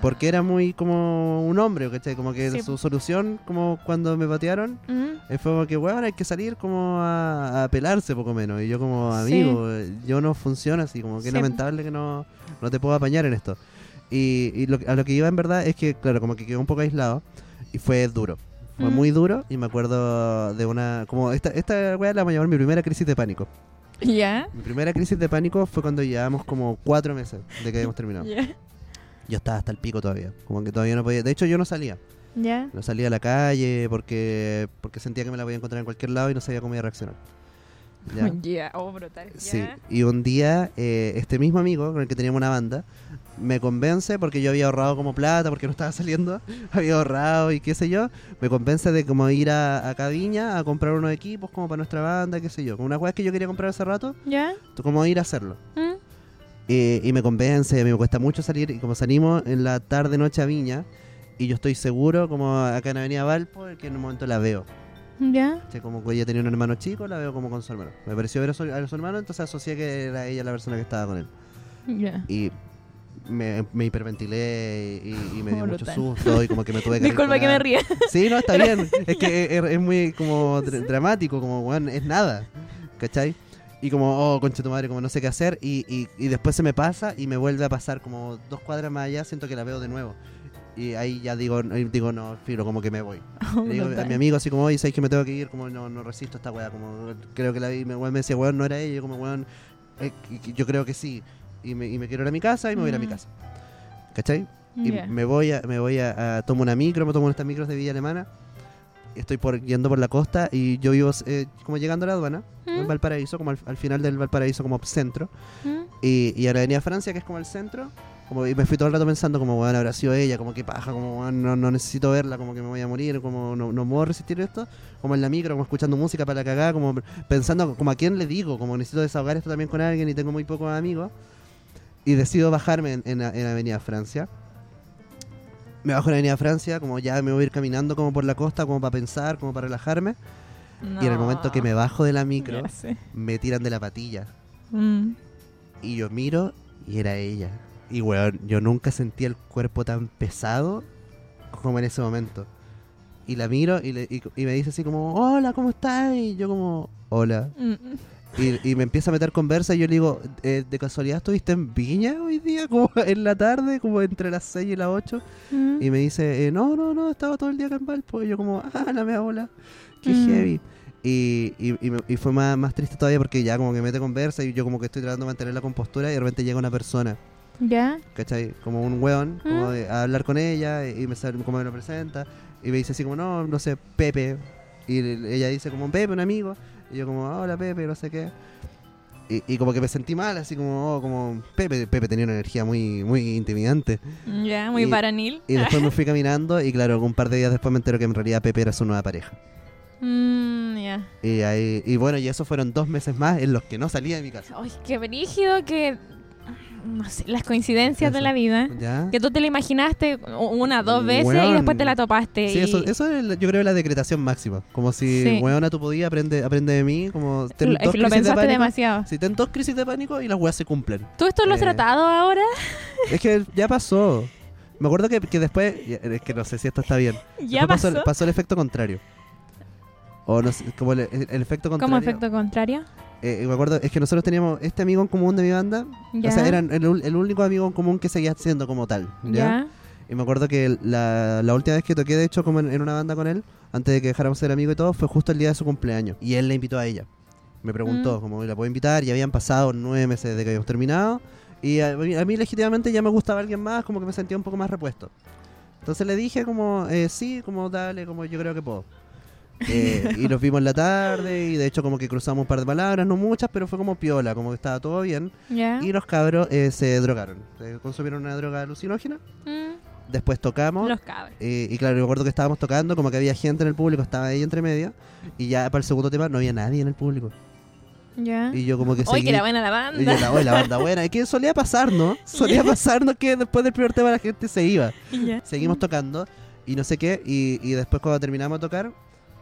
S1: Porque era muy como un hombre, ¿cachai? Como que
S2: Sí.
S1: su solución, como cuando me patearon,
S2: Ujú.
S1: Eh, Fue como que, weón, hay que salir como a, a pelarse poco menos. Y yo como,
S2: Sí.
S1: amigo, eh, yo no funciona así, como que
S2: Sí.
S1: es lamentable que no, no te puedo apañar en esto. Y, y lo que- a lo que iba en verdad es que, claro, como que quedó un poco aislado y fue duro. Fue
S2: Mm.
S1: muy duro y me acuerdo de una, como esta, esta weá la voy a llamar mi primera crisis de pánico.
S2: Ya.
S1: Mi primera crisis de pánico fue cuando llevábamos como cuatro meses de que habíamos terminado.
S2: Ya.
S1: Yo estaba hasta el pico todavía, como que todavía no podía, de hecho yo no salía.
S2: Ya.
S1: No salía a la calle porque, porque sentía que me la podía encontrar en cualquier lado y no sabía cómo iba a reaccionar. Ya.
S2: Ya. Oh, brutal.
S1: Sí.
S2: Ya.
S1: Y un día, eh, este mismo amigo con el que teníamos una banda, me convence porque yo había ahorrado como plata, porque no estaba saliendo, había ahorrado y qué sé yo, me convence de como ir a, a Caviña a comprar unos equipos como para nuestra banda, qué sé yo. Como una cosa que yo quería comprar hace rato,
S2: ¿Ya?
S1: como ir a hacerlo.
S2: ¿Mm?
S1: Eh, y me convence, a mí me cuesta mucho salir. Y como salimos en la tarde noche a Viña, y yo estoy seguro, como acá en Avenida Valpo, que en un momento la veo.
S2: ¿Ya?
S1: Che, como que ella tenía un hermano chico, la veo como con su hermano. Me pareció ver a su, a su hermano, entonces asocié que era ella la persona que estaba con él.
S2: ¿Ya?
S1: Y me, me hiperventilé y, y me dio mucho
S2: Brutal.
S1: susto y como que me tuve que...
S2: Disculpa que me
S1: arrinconar.
S2: ría.
S1: Sí, no, está bien. Es que es, es muy como dr- dramático, como, weón, es nada. ¿Cachai? Y como, oh, concha tu madre, como no sé qué hacer. Y, y, y después se me pasa y me vuelve a pasar como dos cuadras más allá, siento que la veo de nuevo. Y ahí ya digo, eh, digo no, filo, como que me voy. Le digo a mi amigo así como, oye, ¿sabes que me tengo que ir? Como, no, no resisto esta weá. Como, creo que la vi. Me, weón me decía, weón, no era ella. Yo como, weón, eh, y- y- yo creo que sí. Y me, y me quiero ir a mi casa y me voy a ir a mi
S2: Mm.
S1: casa. ¿Cachai? Y
S2: Ya.
S1: me voy a, me voy a, a- tomo una micro, me tomo estas micros de Villa Alemana. Estoy por, yendo por la costa y yo vivo eh, como llegando a la aduana, en
S2: ¿Mm?
S1: Valparaíso, como al, al final del Valparaíso, como centro.
S2: ¿Mm?
S1: Y, y a la Avenida Francia, que es como el centro. Como, y me fui todo el rato pensando, como, bueno, habrá sido ella, como que paja, como, weón, no, no necesito verla, como que me voy a morir, como, no, no puedo resistir esto. Como en la micro, como escuchando música para la cagada, como pensando, como a quién le digo, como necesito desahogar esto también con alguien y tengo muy pocos amigos. Y decido bajarme en, en, en Avenida Francia. Me bajo en Avenida Francia, como ya me voy a ir caminando como por la costa, como para pensar, como para relajarme. Y en el momento que me bajo de la micro,
S2: Ya sé.
S1: me tiran de la patilla.
S2: Mm.
S1: Y yo miro y era ella. Y weón, yo nunca sentí el cuerpo tan pesado como en ese momento. Y la miro y, le- y- y me dice así como, hola, ¿cómo estás? Y yo como, hola.
S2: Mm.
S1: Y, y me empieza a meter conversa y yo le digo, "Eh, ¿de casualidad estuviste en Viña hoy día? Como en la tarde, como entre las 6 y las 8.
S2: Mm.
S1: Y me dice, eh, no, no, no, estaba todo el día acá en Valpo. Y yo como, ah, la mea bola, qué
S2: Mm.
S1: heavy. Y, y, y me- y fue más, más triste todavía porque ya como que mete conversa y yo como que estoy tratando de mantener la compostura y de repente llega una persona,
S2: ¿Ya?
S1: ¿cachai? Como un weón, como
S2: Mm.
S1: de- a hablar con ella y, y me sal- como me lo presenta y me dice así como, no, no sé, Pepe. Y le- ella dice como, Pepe, un amigo. Y yo como, hola Pepe, no sé qué. Y, y como que me sentí mal, así como, oh, como Pepe, Pepe tenía una energía muy, muy intimidante.
S2: Ya, muy
S1: Y-
S2: varonil.
S1: Y después me fui caminando y claro, un par de días después me entero que en realidad Pepe era su nueva pareja.
S2: Mm, ya.
S1: Y, ahí, y bueno, y eso fueron dos meses más en los que no salía de mi casa.
S2: Ay, qué brígido que... No sé, las coincidencias de
S1: Eso.
S2: la vida.
S1: ¿Ya?
S2: Que tú te la imaginaste una, dos veces y
S1: Weón.
S2: después te la topaste.
S1: Sí,
S2: y-
S1: eso, eso es, la- yo creo, la decretación máxima. Como si,
S2: Sí.
S1: weona, tú podías, aprende, aprende de mí. Como, ten
S2: Lo,
S1: dos
S2: lo
S1: crisis de
S2: pensaste
S1: pánico.
S2: demasiado.
S1: Si ten dos crisis de pánico y las weas se cumplen.
S2: ¿Tú esto lo has
S1: Eh.
S2: tratado ahora?
S1: es que ya pasó. Me acuerdo que, que después, es que no sé si esto está bien.
S2: ¿Ya
S1: Después
S2: pasó?
S1: el- el efecto contrario. O no sé, como el, el- el efecto contrario.
S2: ¿Como efecto contrario?
S1: Eh, me acuerdo, es que nosotros teníamos este amigo en común de mi banda,
S2: ¿Ya?
S1: O sea, eran el, ul- el único amigo en común que seguía siendo como tal. ¿ya?
S2: ¿Ya?
S1: Y me acuerdo que la, la última vez que toqué, de hecho, como en, en una banda con él, antes de que dejáramos ser amigos y todo, fue justo el día de su cumpleaños. Y él le invitó a ella. Me preguntó,
S2: Mm.
S1: como la puedo invitar, y habían pasado nueve meses desde que habíamos terminado. Y a, mí- a mí legítimamente ya me gustaba alguien más, como que me sentía un poco más repuesto. Entonces le dije como, eh, sí, como dale, como yo creo que puedo. Eh, y los vimos en la tarde y de hecho como que cruzamos un par de palabras, no muchas, pero fue como piola, como que estaba todo bien.
S2: ¿Ya?
S1: Y los cabros eh, se drogaron, se consumieron una droga alucinógena,
S2: Mm,
S1: después tocamos.
S2: los cabros.
S1: eh, y claro, me acuerdo que estábamos tocando, como que había gente en el público, estaba ahí entre media, y ya para el segundo tema no había nadie en el público.
S2: ¿Ya?
S1: Y yo como que
S2: Hoy
S1: seguí-
S2: Ah. que era buena la
S1: y yo,
S2: banda.
S1: la, "Oye, la banda buena, es que solía pasar, ¿no? Solía pasarnos que después del primer tema la gente se iba.
S2: Ya.
S1: Seguimos tocando y no sé qué. Y, y después cuando terminamos de tocar,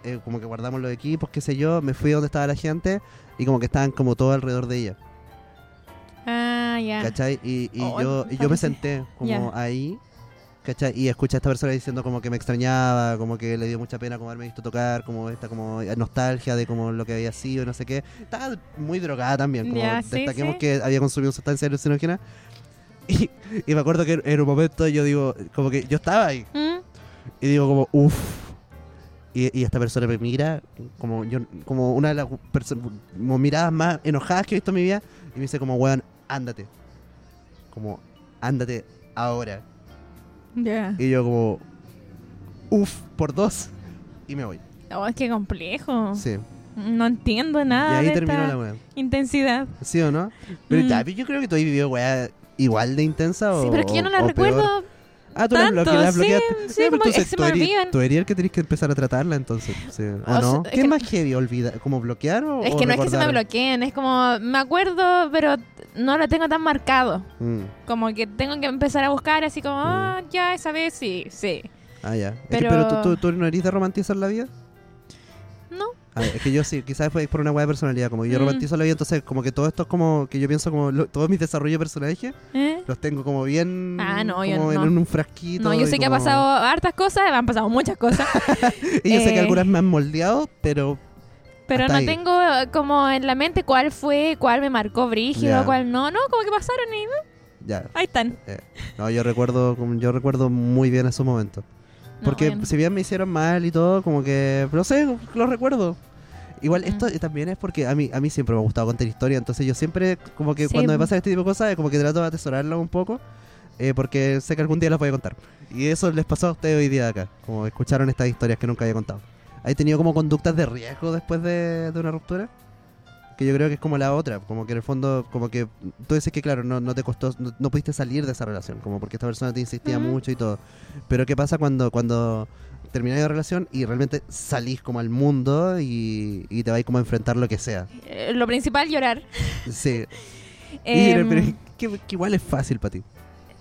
S1: eh, como que guardamos los equipos, qué sé yo, me fui a donde estaba la gente y como que estaban como todo alrededor de ella.
S2: Ah, ya.
S1: ¿Cachai? Y, y
S2: Oh,
S1: yo, y yo me
S2: parece.
S1: senté como
S2: Ya.
S1: ahí. ¿Cachai? Y escuché a esta persona diciendo como que me extrañaba, como que le dio mucha pena como haberme visto tocar, como esta como nostalgia de como lo que había sido y no sé qué. Estaba muy drogada también, como
S2: Ya, sí,
S1: destaquemos
S2: sí.
S1: que había consumido sustancias alucinógenas. Y, y me acuerdo que en un momento yo digo, como que yo estaba ahí,
S2: Mm,
S1: y digo como, uff. Y, y esta persona me mira como yo como una de las perso- como miradas más enojadas que he visto en mi vida. Y me dice como, weón, ándate. Como, ándate ahora.
S2: Ya.
S1: Y yo como, uff, por dos. Y me voy.
S2: Oh, qué complejo.
S1: Sí.
S2: No entiendo
S1: y
S2: nada
S1: ahí
S2: de
S1: terminó
S2: esta
S1: la weá.
S2: intensidad.
S1: ¿Sí o no? Pero
S2: Mm.
S1: ya, yo creo que tú has vivido weá igual de intensa o
S2: sí, pero es que yo no la
S1: o peor.
S2: recuerdo
S1: Ah, tú la
S2: tanto.
S1: bloqueaste. la
S2: sí,
S1: bloqueaste.
S2: sí,
S1: Ya, pero
S2: como que
S1: entonces
S2: se
S1: tú
S2: me
S1: erí-
S2: olvidan.
S1: tú erías que tenés que empezar a tratarla entonces. sí. ¿O
S2: O
S1: no?
S2: sea, es
S1: ¿Qué es
S2: que-
S1: más heavy olvidar? ¿Como bloquear o
S2: Es
S1: o
S2: que no es que se me
S1: recordar?
S2: bloqueen, es como me acuerdo, pero no lo tengo tan marcado.
S1: Mm,
S2: Como que tengo que empezar a buscar así como, ah, ya, esa vez sí, sí.
S1: Ah, ya. Es que, Pero,
S2: Pero-
S1: tú, tú, tú no eres de romantizar la vida.
S2: No.
S1: Ah, es que yo sí, quizás fue por una hueá de personalidad. Como yo
S2: Mm.
S1: romantizo la vida, entonces como que todo esto es como que yo pienso como lo- todos mis desarrollos de personaje
S2: ¿Eh?
S1: los tengo como bien.
S2: Ah, no, yo
S1: como en
S2: no.
S1: un frasquito.
S2: No, yo
S1: y
S2: sé que ha
S1: como-
S2: pasado hartas cosas, han pasado muchas cosas,
S1: Y yo sé que
S2: eh,
S1: algunas me han moldeado, pero.
S2: pero
S1: Hasta
S2: no
S1: ahí.
S2: tengo eh, como en la mente cuál fue, cuál me marcó brígido,
S1: Ya.
S2: cuál no. No, como que pasaron y mm,
S1: Ya.
S2: ahí están.
S1: No, yo recuerdo, como- yo recuerdo muy bien esos momentos.
S2: No,
S1: Porque
S2: bueno.
S1: si bien me hicieron mal y todo, como que, no sé, lo recuerdo. Igual
S2: Mm.
S1: esto también es porque a mí, a mí siempre me ha gustado contar historia, entonces yo siempre, como que
S2: Sí,
S1: cuando me
S2: po.
S1: pasan este tipo de cosas, como que trato de atesorarlas un poco, eh, porque sé que algún día las voy a contar. Y eso les pasó a ustedes hoy día de acá, como escucharon estas historias que nunca había contado. ¿Hay tenido como conductas de riesgo después de, de una ruptura? Que yo creo que es como la otra, como que en el fondo, como que tú dices que claro, no, no te costó, no, no pudiste salir de esa relación, como porque esta persona te insistía
S2: Ujú.
S1: mucho y todo. Pero ¿qué pasa cuando, cuando termináis la relación y realmente salís como al mundo y, y te vais como a enfrentar lo que sea?
S2: Eh, lo principal, llorar.
S1: Sí. Y,
S2: Em,
S1: pero que, que igual es fácil para ti.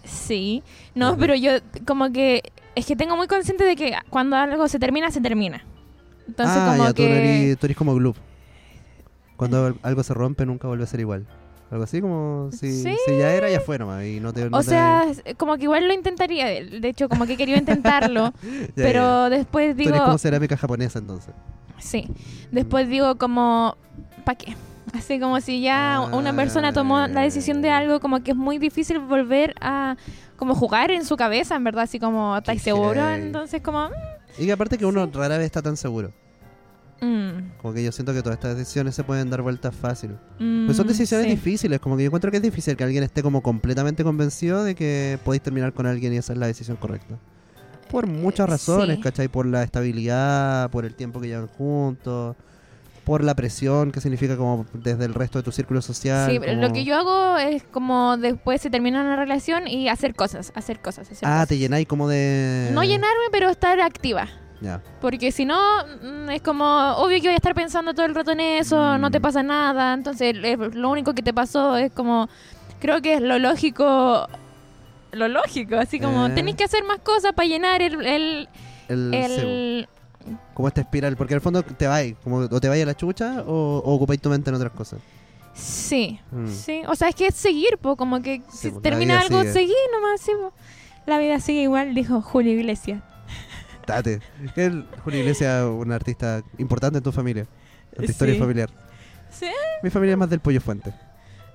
S2: Sí, no,
S1: Ujú.
S2: pero yo como que es que tengo muy consciente de que cuando algo se termina, se termina. Entonces
S1: ah,
S2: como
S1: ya, tú, no
S2: que
S1: eres, tú eres como Gloop. Cuando al- algo se rompe nunca vuelve a ser igual. Algo así como si,
S2: Sí.
S1: si ya era, ya fue nomás. Y no te, no
S2: o
S1: te-
S2: sea, es- como que igual lo intentaría, de de hecho como que quería intentarlo,
S1: ya, ya.
S2: pero después
S1: Tú eres como
S2: digo,
S1: cerámica japonesa entonces.
S2: sí, después digo como ¿para qué? Así como si ya una persona tomó la decisión de algo, como que es muy difícil volver a como jugar en su cabeza, en verdad, así como estáis
S1: Qué
S2: seguro,
S1: heavy.
S2: entonces como
S1: Y que aparte que uno rara vez está tan seguro.
S2: mm,
S1: Como que yo siento que todas estas decisiones se pueden dar vueltas fácil.
S2: mm,
S1: Pues son decisiones
S2: sí.
S1: difíciles, como que yo encuentro que es difícil que alguien esté como completamente convencido de que podéis terminar con alguien y esa es la decisión correcta. Por muchas
S2: Eh,
S1: razones,
S2: sí.
S1: ¿cachai? Por la estabilidad, por el tiempo que llevan juntos, por la presión que significa como desde el resto de tu círculo social.
S2: Sí, pero
S1: como-
S2: lo que yo hago es como después se termina una relación y hacer cosas, hacer cosas, hacer
S1: Ah,
S2: cosas.
S1: te llenáis como de...
S2: No llenarme, pero estar activa.
S1: Ya.
S2: Porque si no, mm, es como, obvio que voy a estar pensando todo el rato en eso, no te
S1: Mm.
S2: pasa nada, entonces eh, lo único que te pasó es como, creo que es lo lógico, lo lógico, así como
S1: Eh.
S2: tenés que hacer más cosas para llenar el... el,
S1: El, cebo,
S2: el-
S1: como esta espiral, porque al fondo te vais, como o te vais a la chucha o, o ocupáis tu mente en otras cosas.
S2: Sí,
S1: Mm.
S2: sí, o sea, es que es seguir, po, como que
S1: Sí,
S2: si
S1: po, la
S2: termina
S1: vida
S2: algo,
S1: sigue.
S2: seguí nomás, sí, po. La vida sigue igual, dijo Julio Iglesias.
S1: Date. El, Julio Iglesias, un artista importante en tu familia, en tu historia
S2: Sí.
S1: familiar.
S2: Sí.
S1: Mi familia es más del pollo fuente.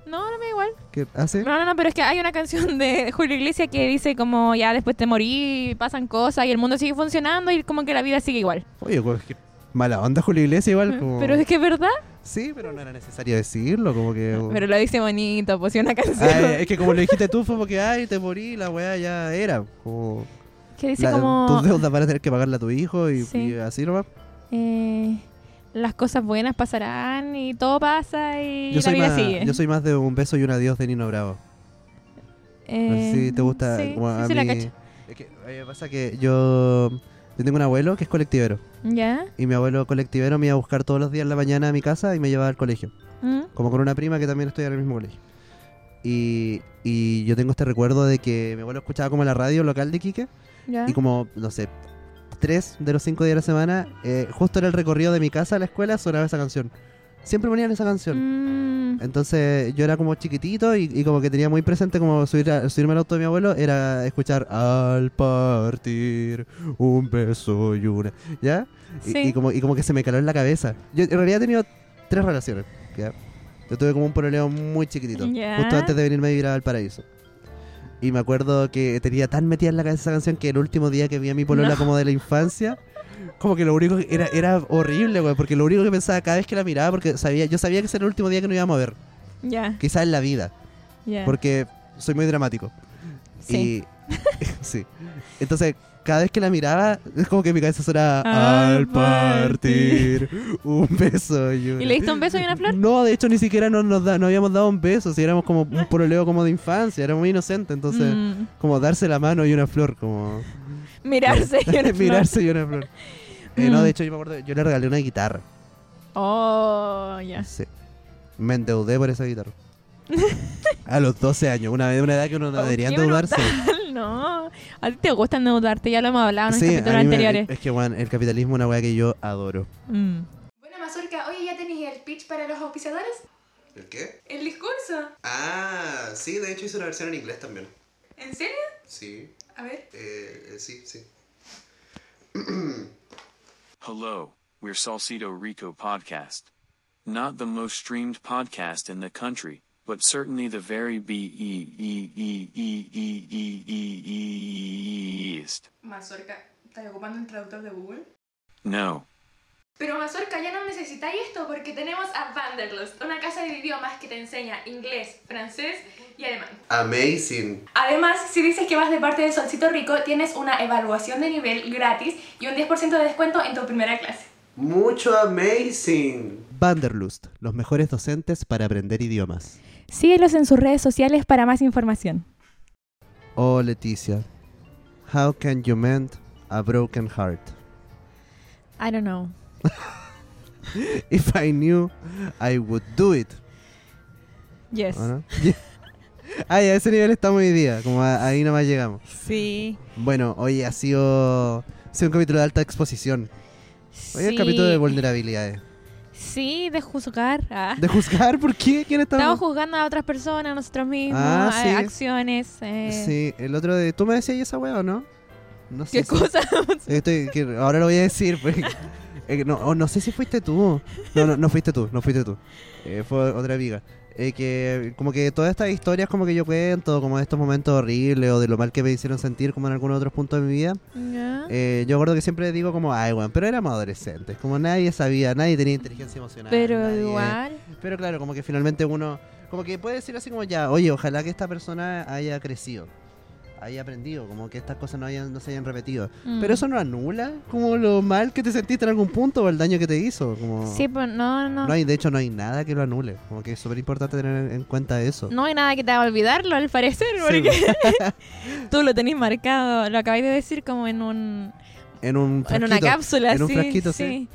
S2: No, no me da igual.
S1: que hace.
S2: No, no, no, pero es que hay una canción de Julio Iglesias que dice como ya después te morí, pasan cosas y el mundo sigue funcionando y como que la vida sigue igual.
S1: Oye, güey, qué mala onda Julio Iglesias igual. Como...
S2: Pero es que es verdad,
S1: Sí, pero no era necesario decirlo, como que...
S2: pero lo dice bonito, pues si
S1: Ah,
S2: una canción
S1: Ay, es que como lo dijiste tú fue porque, ay, te morí, la weá ya era. Como,
S2: que dice
S1: la-
S2: como
S1: Tus deudas van a tener que pagarla a tu hijo y,
S2: Sí.
S1: y así nomás.
S2: eh, las cosas buenas pasarán y todo pasa y
S1: Yo
S2: la
S1: soy,
S2: vida
S1: más,
S2: sigue.
S1: yo soy más de un beso y un adiós de Nino Bravo. No sé
S2: Eh,
S1: si te gusta.
S2: Sí,
S1: bueno,
S2: sí,
S1: a
S2: sí la
S1: mí-
S2: cacho.
S1: Es que, a mí me pasa que yo, yo tengo un abuelo que es colectivero.
S2: ¿Ya?
S1: Y mi abuelo colectivero me iba a buscar todos los días en la mañana a mi casa y me llevaba al colegio.
S2: ¿Mm?
S1: Como con una prima que también estudia en el mismo colegio. Y, y yo tengo este recuerdo de que mi abuelo escuchaba como la radio local de Quique.
S2: ¿Ya?
S1: Y como, no sé, tres de los cinco días de la semana, eh, justo en el recorrido de mi casa a la escuela sonaba esa canción. Siempre ponían esa canción.
S2: Mm,
S1: Entonces yo era como chiquitito y, y como que tenía muy presente como subir a- subirme al auto de mi abuelo era escuchar al partir un beso y una, ¿ya? Y,
S2: Sí.
S1: y como, y como que se me caló en la cabeza. Yo en realidad he tenido tres relaciones, ¿ya? Yo tuve como un pololeo muy chiquitito,
S2: Ya.
S1: justo antes de venirme a vivir al paraíso. Y me acuerdo que tenía tan metida en la cabeza esa canción que el último día que vi a mi polola
S2: No.
S1: como de la infancia... Como que lo único que era, era horrible, güey, porque lo único que pensaba cada vez que la miraba, porque sabía, yo sabía que ese era el último día que nos íbamos a ver,
S2: ya,
S1: quizás en la vida,
S2: ya.
S1: porque soy muy dramático.
S2: Sí.
S1: Y, sí. Entonces, cada vez que la miraba, es como que mi cabeza sonaba
S2: Al
S1: al partir un beso y una.
S2: ¿Y le diste un beso y una flor?
S1: No, de hecho ni siquiera nos, nos, da- nos habíamos dado un beso, si éramos como un pololeo como de infancia, era muy inocente, entonces
S2: Mm,
S1: como darse la mano y una flor, como
S2: mirarse y una flor.
S1: mirarse y una flor. Eh, no,
S2: Mm.
S1: de hecho yo me acuerdo, yo le regalé una guitarra.
S2: Oh, ya.
S1: Sí. Me endeudé por esa guitarra. A los 12 años, una, una edad que uno no
S2: Oh,
S1: debería
S2: qué
S1: endeudarse.
S2: No, a ti te gusta endeudarte, ya lo hemos hablado en los
S1: Sí,
S2: capítulos
S1: a mí me- eh,
S2: anteriores.
S1: es que bueno, el capitalismo es una weá que yo adoro.
S2: Mm.
S3: Buena mazorca, oye, ¿ya tenéis el pitch para los auspiciadores?
S1: ¿El qué?
S3: ¿El discurso?
S1: Ah, sí, de hecho hice una versión en inglés también.
S3: ¿En serio?
S1: Sí, eh,
S3: A ver.
S1: sí, sí.
S4: Hello, we're Salcedo Rico Podcast. Not the most streamed podcast in the country, but certainly the very E beast.
S3: Mazorca, ¿estás ocupando el traductor de Google?
S4: No.
S3: Pero Mazorca, ya no necesitáis esto porque tenemos a Vanderlust, una casa de idiomas que te enseña inglés, francés y alemán.
S1: Amazing.
S3: Además, si dices que vas de parte de Solcito Rico, tienes una evaluación de nivel gratis y un 10% de descuento en tu primera clase.
S1: Mucho amazing. Vanderlust, los mejores docentes para aprender idiomas.
S2: Síguelos en sus redes sociales para más información.
S1: Oh, Leticia. How can you mend a broken heart?
S2: I don't know.
S1: If I knew, I would do it.
S2: Yes.
S1: ¿O Ah, no? Ay, a ese nivel estamos hoy día, como a- ahí nomás llegamos.
S2: Sí.
S1: Bueno, hoy ha sido, ha sido un capítulo de alta exposición. Hoy es el capítulo de vulnerabilidades.
S2: Sí, de juzgar. ah.
S1: ¿De juzgar por qué? ¿Quién estaba?
S2: Estamos juzgando a otras personas, a nosotros mismos,
S1: Ah,
S2: a-
S1: sí.
S2: acciones. eh,
S1: Sí, el otro de... ¿Tú me decías esa wea o no? No sé.
S2: ¿Qué
S1: si-
S2: cosa?
S1: Estoy- que ahora lo voy a decir. pues. Eh, no, o no sé si fuiste tú. No, no, no fuiste tú, no fuiste tú. Eh, fue otra amiga. Eh, que como que todas estas historias como que yo cuento, como de estos momentos horribles o de lo mal que me hicieron sentir como en algunos otros puntos de mi vida,
S2: Ya.
S1: Eh, yo recuerdo que siempre digo como, ay, weón, pero éramos adolescentes. Como nadie sabía, nadie tenía inteligencia emocional.
S2: Pero
S1: nadie-
S2: igual.
S1: Pero claro, como que finalmente uno, como que puede decir así como ya, oye, ojalá que esta persona haya crecido, haya aprendido, como que estas cosas no, hayan, no se hayan repetido.
S2: mm.
S1: Pero eso no anula como lo mal que te sentiste en algún punto o el daño que te hizo. Como,
S2: Sí, pues no, no.
S1: no
S2: No hay,
S1: hay, de hecho, no hay nada que lo anule. Como que es súper importante tener en cuenta eso.
S2: nada que te haga olvidarlo, al parecer,
S1: Sí, pues.
S2: porque tú lo tenés marcado. Lo acabáis de decir como en un
S1: en un
S2: en una
S1: frasquito,
S2: cápsula,
S1: en un
S2: sí,
S1: frasquito, sí.
S2: sí.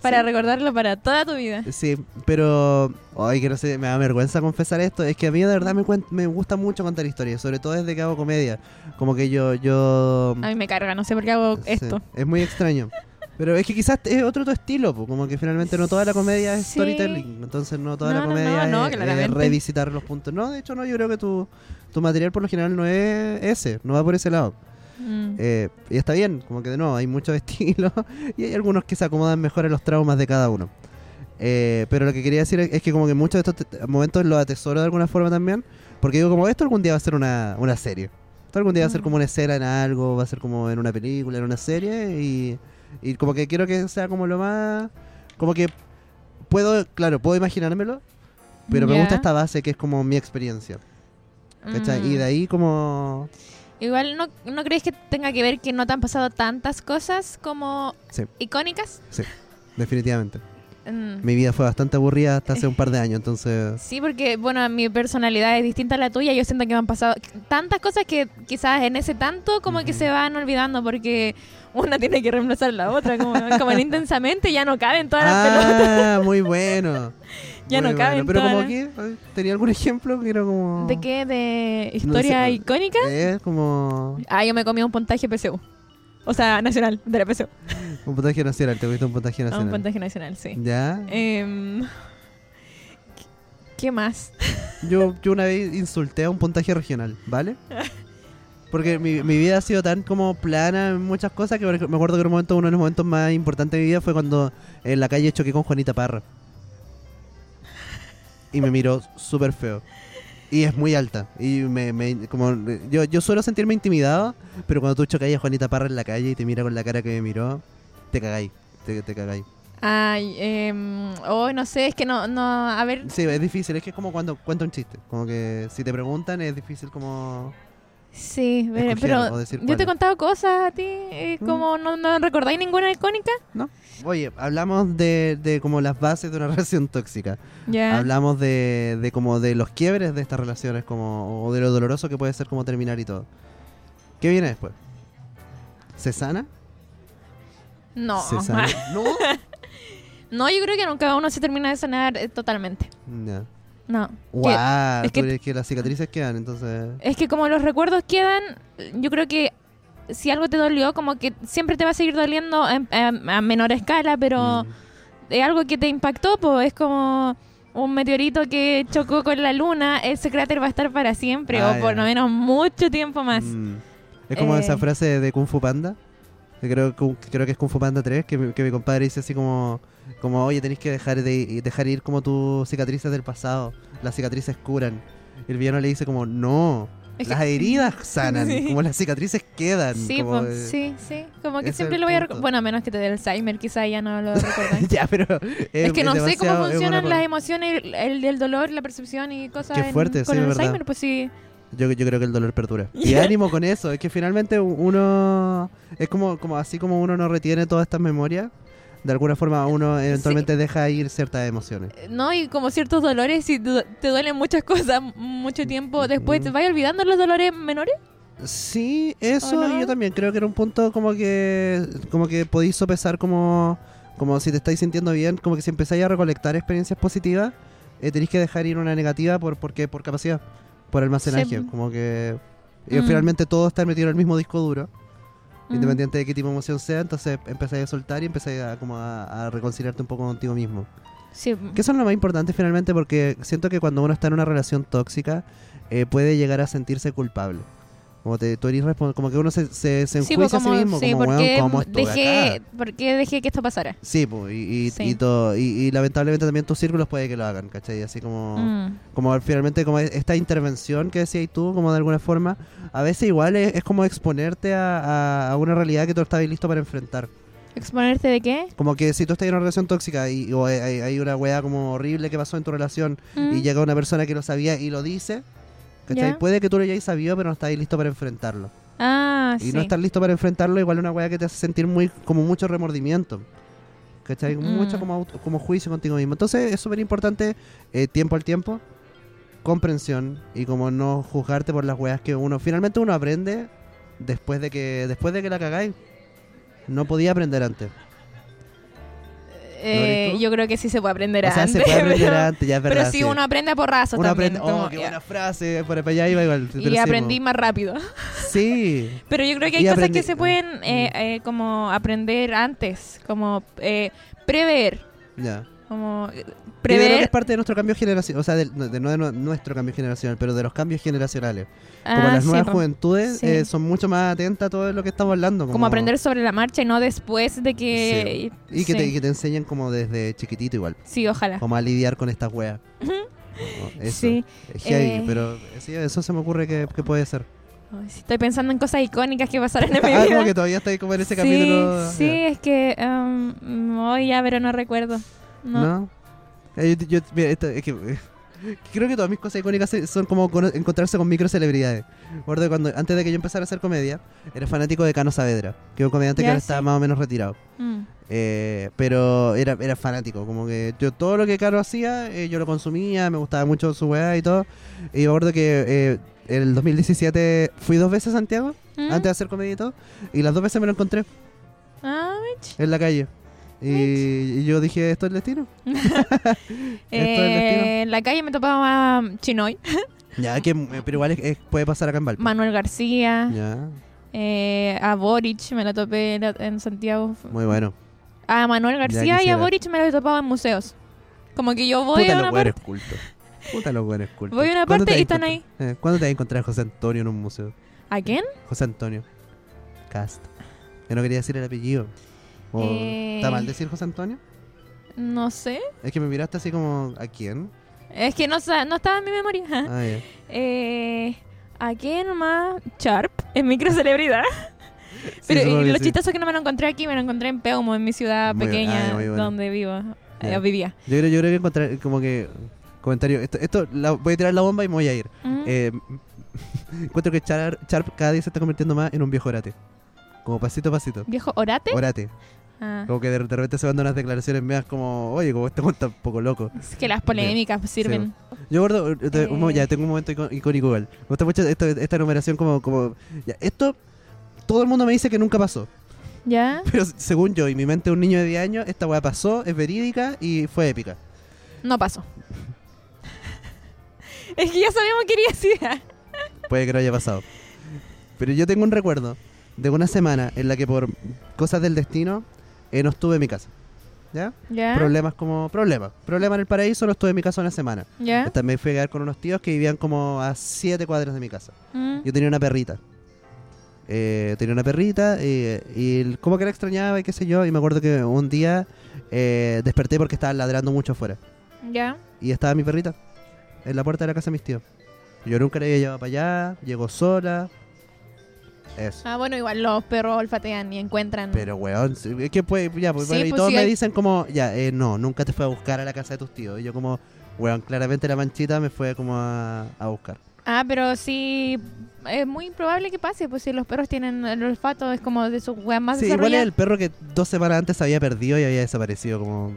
S2: Para
S1: Sí.
S2: recordarlo para toda tu vida.
S1: Sí, pero. Ay, que no sé, me da vergüenza confesar esto. Es que a mí de verdad me, cuen- me gusta mucho contar historias, sobre todo desde que hago comedia. Como que yo. yo
S2: A mí me carga, no sé por qué hago
S1: sí,
S2: esto.
S1: Es muy extraño. Pero es que quizás es otro tu estilo, po, como que finalmente no toda la comedia es
S2: Sí.
S1: storytelling. Entonces no toda la
S2: No, no,
S1: comedia
S2: no, no,
S1: es- es,
S2: claramente.
S1: revisitar los puntos. No, de hecho no, yo creo que tu, tu material por lo general no es ese, no va por ese lado.
S2: Mm.
S1: Eh, y está bien, como que de nuevo, hay muchos estilos y hay algunos que se acomodan mejor a los traumas de cada uno. Eh, pero lo que quería decir es, es que como que muchos de estos te- momentos los atesoro de alguna forma también, Porque digo, como esto algún día va a ser una, una serie. Esto algún día va a ser como una escena en algo, va a ser como en una película, en una serie. Y, y como que quiero que sea como lo más. Como que puedo, claro, puedo imaginármelo. Pero me
S2: Ya.
S1: gusta esta base que es como mi experiencia. ¿cachai? Y
S2: Mm.
S1: de ahí como.
S2: Igual, ¿no, ¿no crees que tenga que ver que no te han pasado tantas cosas como
S1: Sí.
S2: icónicas?
S1: Sí, definitivamente.
S2: Mm.
S1: Mi vida fue bastante aburrida hasta hace un par de años, entonces.
S2: Sí, porque, bueno, mi personalidad es distinta a la tuya. Yo siento que me han pasado tantas cosas que quizás en ese tanto como que
S1: Ujú.
S2: se van olvidando porque una tiene que reemplazar la otra. Como, como en intensamente ya no caben todas las pelotas.
S1: Ah, muy bueno.
S2: Ya no
S1: Muy
S2: caben
S1: Pero
S2: todas
S1: como
S2: las-
S1: que ay, tenía algún ejemplo que era como.
S2: ¿De qué? ¿De
S1: sé,
S2: historia
S1: eh,
S2: icónica?
S1: Es como
S2: Ah, yo me comí un puntaje PCU. O sea, nacional, de la PCU.
S1: un puntaje nacional, te gusta un puntaje
S2: Ah,
S1: nacional. Mm.
S2: un puntaje nacional, sí.
S1: Ya.
S2: Em, ¿qué- ¿Qué más?
S1: Yo, yo una vez insulté a un puntaje regional, ¿vale? Porque mi, mi vida ha sido tan como plana en muchas cosas que por ejemplo, me acuerdo que en un momento, uno de los momentos más importantes de mi vida fue cuando en la calle choqué con Juanita Parra. Y me miró súper feo. Y es muy alta. Y me, me- como yo, yo suelo sentirme intimidado, pero cuando tú chocáis a Juanita Parra en la calle y te mira con la cara que me miró, te cagáis. Te, te cagáis.
S2: Ay, em, oh, no sé, es que no, no, a ver,
S1: Sí, es difícil. Es que es como cuando cuenta un chiste. Como que si te preguntan es difícil como...
S2: Sí, pero,
S1: Escoger
S2: pero
S1: o decir
S2: yo
S1: cuál
S2: te he
S1: es.
S2: contado cosas a ti, eh,
S1: Mm.
S2: como no, no recordáis ninguna icónica.
S1: Oye, hablamos de, de como las bases de una relación tóxica.
S2: Ya.
S1: Hablamos de, de como de los quiebres de estas relaciones, como o de lo doloroso que puede ser como terminar y todo. ¿Qué viene después? ¿Se sana?
S2: No,
S1: ¿Se sana? ¿No?
S2: no, yo creo que nunca uno se termina de sanar eh, totalmente.
S1: No.
S2: No. Que-
S1: Guau,
S2: es
S1: tú
S2: que-
S1: crees que las cicatrices quedan, entonces...
S2: es que como los recuerdos quedan, yo creo que si algo te dolió, como que siempre te va a seguir doliendo en- en- a menor escala, pero
S1: Mm.
S2: es algo que te impactó, pues es como un meteorito que chocó con la luna, ese cráter va a estar para siempre,
S1: Ah,
S2: o por
S1: ya.
S2: lo menos mucho tiempo más.
S1: Mm. Es como
S2: Eh.
S1: esa frase de Kung Fu Panda. Que creo, que- creo que es Kung Fu Panda 3, que, mi- que mi compadre dice así como, como oye, tenés que dejar de dejar ir como tus cicatrices del pasado. Las cicatrices curan. Y el villano le dice como, no,
S2: Es que-
S1: las heridas sanan,
S2: Sí.
S1: como las cicatrices quedan.
S2: Sí,
S1: como,
S2: po,
S1: eh,
S2: sí, sí. Como que
S1: ese
S2: siempre
S1: es el
S2: lo voy a
S1: punto.
S2: recordar. Bueno, a menos que te dé Alzheimer, quizá ya no lo recordáis.
S1: ya, pero...
S2: es que no sé cómo
S1: demasiado- es
S2: funcionan
S1: una-
S2: las emociones, el, el, el dolor, la percepción y cosas.
S1: Qué
S2: en-
S1: fuerte,
S2: con
S1: sí,
S2: el
S1: verdad.
S2: Alzheimer, pues sí.
S1: Yo, yo creo que el dolor perdura. Y ánimo con eso, es que finalmente u- uno es como, como así como uno no retiene todas estas memorias, de alguna forma uno eventualmente deja ir ciertas emociones.
S2: No, y como ciertos dolores, si du- te duelen muchas cosas mucho tiempo después, ¿te vas olvidando los dolores menores?
S1: Sí, eso
S2: ¿O no?
S1: y yo también creo que era un punto como que como que podéis sopesar como como si te estáis sintiendo bien, como que si empezáis a recolectar experiencias positivas, eh, tenéis que dejar ir una negativa por porque por capacidad, por almacenaje,
S2: Sí.
S1: como que y
S2: Mm.
S1: finalmente todo está metido en el mismo disco duro.
S2: Mm.
S1: independiente de qué tipo de emoción sea, entonces empezáis a soltar y empezáis a, como a, a reconciliarte un poco contigo mismo.
S2: Sí.
S1: Que eso es lo más importante finalmente porque siento que cuando uno está en una relación tóxica eh, puede llegar a sentirse culpable. Como, te, tú eres respon- como que uno se, se, se
S2: Sí, po,
S1: enjuicia a
S2: como,
S1: sí mismo,
S2: sí,
S1: como,
S2: porque
S1: "Weón, ¿cómo estuve
S2: dejé,
S1: acá?".
S2: ¿por qué dejé que esto pasara?
S1: Sí, po, y, y,
S2: Sí.
S1: y todo. Y, y lamentablemente también tus círculos puede que lo hagan, ¿cachai? Así como
S2: Mm.
S1: como finalmente como e-, esta intervención que decías tú, como de alguna forma, a veces igual es, es como exponerte a, a- a una realidad que tú estabas listo para enfrentar.
S2: ¿Exponerte de qué?
S1: Como que si tú estás en una relación tóxica y o hay- hay, hay una weá como horrible que pasó en tu relación
S2: Mm.
S1: y llega una persona que lo sabía y lo dice, ¿cachai?
S2: Ya.
S1: Puede que tú lo hayáis sabido, pero no estáis listo para enfrentarlo.
S2: Ah,
S1: Y
S2: sí.
S1: no estar listo para enfrentarlo igual es una weá que te hace sentir muy como mucho remordimiento. ¿Cachai?
S2: Mm.
S1: Mucho como, auto- como juicio contigo mismo. Entonces es súper importante eh, tiempo al tiempo, comprensión y como no juzgarte por las weas que uno... Finalmente uno aprende después de que después de que la cagáis. No podía aprender antes.
S2: Eh,
S1: ¿No eres tú?
S2: yo creo que sí se puede aprender
S1: o sea,
S2: antes.
S1: se puede aprender
S2: pero-
S1: antes, ya es verdad.
S2: Pero sí,
S1: sí.
S2: uno aprende a porrazos
S1: Uno
S2: también.
S1: aprende,
S2: como-
S1: oh, qué
S2: ya.
S1: buena frase, por allá iba igual. pero sí,
S2: y aprendí
S1: po.
S2: más rápido.
S1: Sí,
S2: Pero yo creo que hay
S1: Y
S2: cosas
S1: aprendí- Mm.
S2: que se pueden eh, eh, como aprender antes, como eh, prever,
S1: ya.
S2: como
S1: Yo
S2: eh,
S1: creo que es
S2: prever.
S1: parte de nuestro cambio generacional, o sea, del- de, no de no- nuestro cambio generacional, pero de los cambios generacionales. Como
S2: Ah,
S1: las
S2: sí,
S1: nuevas
S2: po.
S1: juventudes
S2: Sí.
S1: eh, son mucho más atentas a todo lo que estamos hablando. Como,
S2: como aprender sobre la marcha y no después de que...
S1: Sí. Y que,
S2: sí.
S1: te, y que te enseñen como desde chiquitito igual,
S2: Sí, ojalá.
S1: como a lidiar con estas weas. ¿no? Eso.
S2: Sí.
S1: Es heavy,
S2: Eh.
S1: pero sí, eso se me ocurre que, que puede ser.
S2: Ay, sí, estoy pensando en cosas icónicas que pasaron en mi
S1: Ah, como que
S2: vida.
S1: todavía está ahí como en ese
S2: sí,
S1: capítulo.
S2: sí, es que em, hoy ya, pero no recuerdo.
S1: ¿No?
S2: No.
S1: Eh, yo- yo- mira, esto- es que, eh, creo que todas mis cosas icónicas se- son como cono- encontrarse con microcelebridades. Me acuerdo que cuando, antes de que yo empezara a hacer comedia, era fanático de Cano Saavedra, que es un comediante que
S2: Ya,
S1: ahora
S2: sí.
S1: está más o menos retirado.
S2: Mm.
S1: Eh, pero era, era fanático, como que yo todo lo que Caro hacía, eh, yo lo consumía, me gustaba mucho su weá y todo. Y me acuerdo que eh, en el 2017 fui dos veces a Santiago,
S2: ¿Mm?
S1: antes de hacer comedia y todo, y las dos veces me lo encontré
S2: Ah,
S1: en la calle. Y, y yo dije, ¿esto es el destino? Esto del destino.
S2: eh, en la calle me topaba a Chinoy,
S1: Ya, que, eh, pero igual es- es- puede pasar acá en Valpo.
S2: Manuel García,
S1: Ya,
S2: eh, a Boric me lo topé en- en Santiago.
S1: muy bueno.
S2: A Manuel García y a
S1: quisiera.
S2: Boric me lo he topado en museos. Como que yo voy
S1: Puta
S2: a
S1: los
S2: una
S1: buenos
S2: parte,
S1: cultos. Puta los buenos cultos.
S2: voy a una
S1: ¿Cuándo
S2: parte
S1: te
S2: y
S1: vas a
S2: están ahí.
S1: encontrar- eh, ¿Cuándo te vas a encontrar a José Antonio en un museo?
S2: ¿A quién?
S1: José Antonio. Cast. Yo no quería decir el apellido. O-
S2: Eh.
S1: ¿Está mal decir José Antonio?
S2: No sé.
S1: Es que me miraste así como, ¿a quién?
S2: Es que no, sa- no estaba en mi memoria.
S1: Ah, ya.
S2: Eh, ¿A quién más? Sharp, es microcelebridad.
S1: Sí,
S2: Pero
S1: supongo
S2: y
S1: que
S2: lo
S1: sí.
S2: chistoso es que no me lo encontré aquí, me lo encontré en Peumo, en mi ciudad
S1: Muy bu-
S2: pequeña
S1: ah, muy bueno.
S2: donde vivo, eh,
S1: Ya.
S2: vivía.
S1: Yo creo, yo creo que encontrar como que... Comentario. Esto, esto la- voy a tirar la bomba y me voy a ir.
S2: Mm.
S1: Eh, encuentro que Char- Sharp cada día se está convirtiendo más en un viejo orate. Como pasito a pasito.
S2: ¿Viejo Orate?
S1: Orate.
S2: Ah,
S1: Como que de, de repente se van unas declaraciones medias como, oye, como este weón está un poco loco.
S2: es que las polémicas sirven.
S1: Yo, gordo, eh, te- un mo-
S2: Eh.
S1: ya tengo un momento icó- icónico igual. Me gusta mucho esto- esta numeración como, como ya, esto todo el mundo me dice que nunca pasó.
S2: ¿Ya?
S1: Pero s- según yo y mi mente de un niño de 10 años, esta weá pasó, es verídica y fue épica.
S2: No pasó. es que ya sabíamos que iría así.
S1: Puede que no haya pasado. Pero yo tengo un recuerdo de una semana en la que por cosas del destino eh, no estuve en mi casa. ¿Ya?
S2: ¿Ya?
S1: Problemas como problemas. Problemas en el paraíso, no estuve en mi casa una semana.
S2: ¿Ya?
S1: También fui a quedar con unos tíos que vivían como a siete cuadras de mi casa.
S2: Mm.
S1: Yo tenía una perrita. Eh, tenía una perrita eh, y el- como que la extrañaba y qué sé yo. Y me acuerdo que un día eh, desperté porque estaba ladrando mucho afuera.
S2: ¿Ya?
S1: Y estaba mi perrita en la puerta de la casa de mis tíos. Yo nunca la había llevado para allá, llegó sola. Eso.
S2: Ah, bueno, igual los perros olfatean y encuentran.
S1: Pero, weón, sí, es que pues, ya, pues,
S2: Sí,
S1: bueno, y
S2: pues,
S1: todos
S2: sí,
S1: me
S2: hay-
S1: dicen como, ya, eh, no, nunca te fue a buscar a la casa de tus tíos. Y yo como, weón, claramente la manchita me fue como a, a buscar.
S2: Ah, pero sí. Es muy probable que pase, pues si los perros tienen el olfato, es como de sus weas más
S1: Sí, igual es
S2: desarrolladas.
S1: el perro que dos semanas antes se había perdido y había desaparecido, como,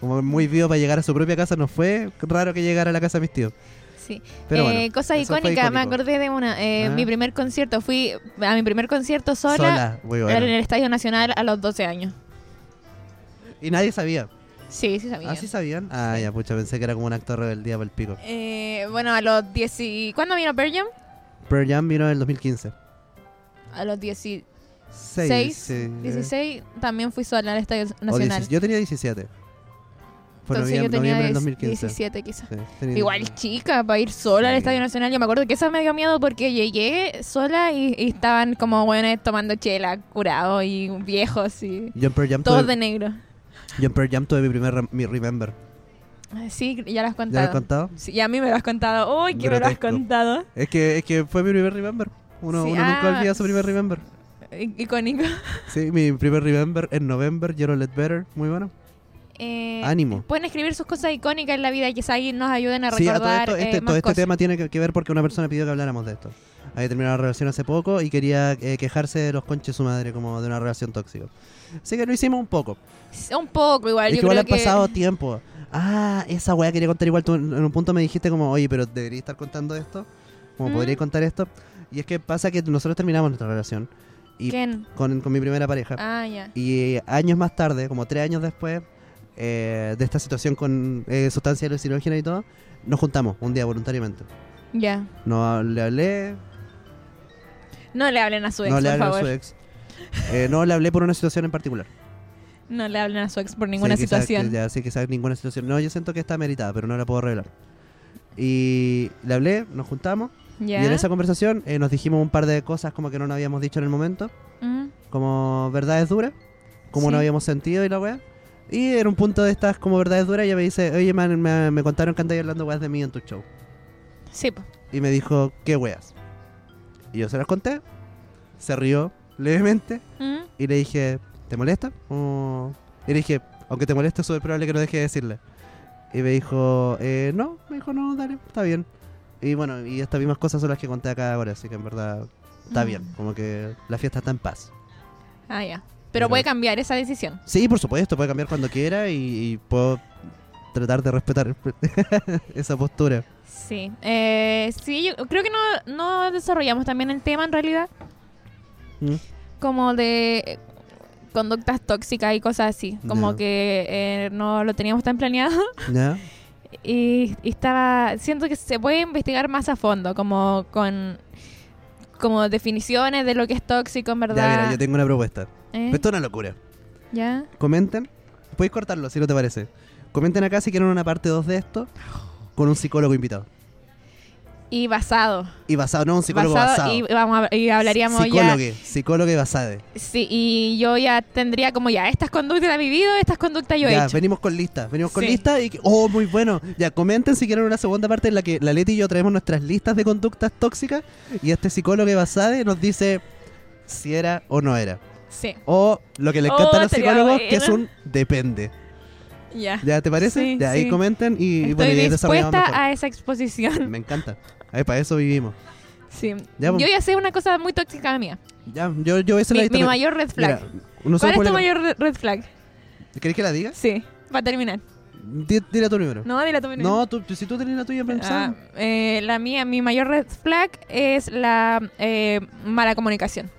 S1: como muy vivo para llegar a su propia casa, no fue raro que llegara a la casa de mis tíos.
S2: Sí.
S1: Pero
S2: Eh,
S1: bueno,
S2: cosa
S1: eso fue
S2: icónica, me
S1: icónico.
S2: acordé de una. eh,
S1: Ah.
S2: Mi primer concierto, fui a mi primer concierto sola,
S1: muy
S2: en el
S1: bueno.
S2: Estadio Nacional a los 12 años.
S1: Y nadie sabía.
S2: Sí, sí sabía.
S1: ¿Ah, sí sabían? Ah, ya, pucha, pensé que era como un acto de rebeldía para el pico.
S2: Eh, bueno, a los 10 y... ¿Cuándo vino Pearl Jam?
S1: Pearl Jam vino en el 2015.
S2: A los 16,
S1: Seis, sí,
S2: 16, también fui sola al Estadio
S1: O
S2: Nacional.
S1: 16, yo tenía 17. Fue
S2: Entonces
S1: noviembre,
S2: yo tenía
S1: noviembre del
S2: 10,
S1: 2015.
S2: 17 quizás.
S1: Sí, tenía
S2: Igual
S1: 17.
S2: chica, para ir sola al
S1: Sí.
S2: Estadio Nacional. Yo me acuerdo que esa me dio miedo porque llegué sola y, y estaban como buenos tomando chela, curados y viejos y
S1: Yo en Pearl Jam
S2: todos
S1: tuve-
S2: de negro.
S1: yo en Pearl Jam tuve mi primer rem- mi Remember.
S2: Ah, Sí, ya lo has
S1: ¿Ya
S2: contado.
S1: lo he contado?
S2: Sí, y a mí me lo has contado. ¡Uy, que me lo has
S1: Grotesco.
S2: contado!
S1: Es que, es que fue mi primer Remember. Uno,
S2: Sí,
S1: uno
S2: ah,
S1: nunca olvida su primer Remember.
S2: I- Icónico.
S1: Sí, mi primer Remember en November, Yellow Let Better, muy bueno.
S2: Eh,
S1: Ánimo.
S2: Pueden escribir sus cosas icónicas en la vida y quizás ahí nos ayuden a
S1: sí,
S2: recordar
S1: a todo esto,
S2: eh,
S1: este,
S2: más
S1: todo este
S2: cosas.
S1: tema tiene que, que ver porque una persona pidió que habláramos de esto. Había terminado la relación hace poco y quería eh, quejarse de los conches de su madre como de una relación tóxica. Así que lo hicimos un poco.
S2: Un poco igual.
S1: es
S2: Ah, yo
S1: que igual
S2: creo
S1: ha pasado tiempo. Ah, esa weá quería contar igual. Tú en en un punto me dijiste como, oye, pero debería estar contando esto. Como
S2: Mm.
S1: podría contar esto. Y es que pasa que nosotros terminamos nuestra relación y
S2: ¿Quién?
S1: con, con mi primera pareja.
S2: Ah, ya.
S1: Y eh, años más tarde, como tres años después eh, de esta situación con eh, sustancias alucinógenas y todo, nos juntamos un día voluntariamente.
S2: Ya.
S1: No le hablé,
S2: No le hablen a su ex,
S1: no
S2: por
S1: le hablé
S2: favor.
S1: a su ex. Eh, no le hablé por una situación en particular.
S2: No le hablen a su ex por ninguna
S1: Sí, quizás-
S2: situación.
S1: ya, sí, quizás ninguna situación. No, yo siento que está meritada, pero no la puedo revelar. Y le hablé, nos juntamos.
S2: Ya.
S1: Y en esa conversación eh, nos dijimos un par de cosas como que no nos habíamos dicho en el momento.
S2: Mm.
S1: como verdades duras, como
S2: Sí.
S1: no habíamos sentido y la weá. Y era un punto de estas como verdades duras. Ella me dice, oye, man, me, me contaron que andáis hablando weas de mí en tu show.
S2: Sí, po.
S1: Y me dijo, ¿qué weas? Y yo se las conté. Se rió levemente.
S2: Mm.
S1: Y le dije, ¿te molesta? O- Y le dije, aunque te moleste, es súper probable que no deje de decirle. Y me dijo, eh, no, me dijo, no, dale, está bien. Y bueno, y estas mismas cosas son las que conté acá ahora, así que en verdad está
S2: Mm.
S1: bien, como que la fiesta está en paz.
S2: Ah, ya.
S1: Pero-
S2: Pero puede cambiar esa decisión.
S1: Sí, por supuesto, puede cambiar cuando quiera y, y puedo tratar de respetar esa postura.
S2: Sí. Eh, sí, yo creo que no, no desarrollamos también el tema en realidad.
S1: Mm.
S2: Como de eh, conductas tóxicas y cosas así. Como
S1: Ya.
S2: que eh, no lo teníamos tan planeado.
S1: ¿Ya?
S2: Y, y estaba. Siento que se puede investigar más a fondo, como con. Como definiciones de lo que es tóxico, en
S1: Ya,
S2: verdad.
S1: mira, yo tengo una propuesta.
S2: ¿Eh?
S1: Esto es una locura.
S2: ¿Ya?
S1: comenten. Podéis cortarlo si no te parece. Comenten acá si quieren una parte 2 de esto con un psicólogo invitado.
S2: Y basado.
S1: Y basado, no, un psicólogo
S2: basado,
S1: basado.
S2: Y, vamos a- y hablaríamos ya.
S1: Psicólogue, psicólogo y basade.
S2: Sí, y yo ya tendría como ya estas conductas he vivido, estas conductas yo he
S1: ya,
S2: hecho.
S1: venimos con listas, venimos con
S2: Sí.
S1: listas y que- oh, muy bueno. Ya, comenten si quieren una segunda parte en la que la Leti y yo traemos nuestras listas de conductas tóxicas y este psicólogo y basade nos dice si era o no era.
S2: Sí,
S1: O lo que le
S2: Oh,
S1: encanta a los
S2: estaría
S1: psicólogos, que es
S2: bueno.
S1: un depende.
S2: ya.
S1: ¿Ya te parece?
S2: Sí,
S1: ya, ahí
S2: sí.
S1: comenten y, y
S2: Estoy
S1: bueno, y ahí desarrollamos mejor.
S2: dispuesta a esa exposición.
S1: Me encanta. Ahí para eso vivimos.
S2: Sí.
S1: Ya, pues.
S2: yo ya sé una cosa muy tóxica mía.
S1: Ya, yo, yo esa la
S2: Mi, mi mayor red flag. ¿Cuál es tu mayor re- red flag?
S1: ¿Querés que la diga?
S2: Sí, para terminar.
S1: Di- Dile tu número.
S2: No, dile tú primero.
S1: No, tú, tú- si tú tenés la tuya
S2: Ah,
S1: pensada.
S2: eh, la mía, mi mayor red flag es la eh, mala comunicación.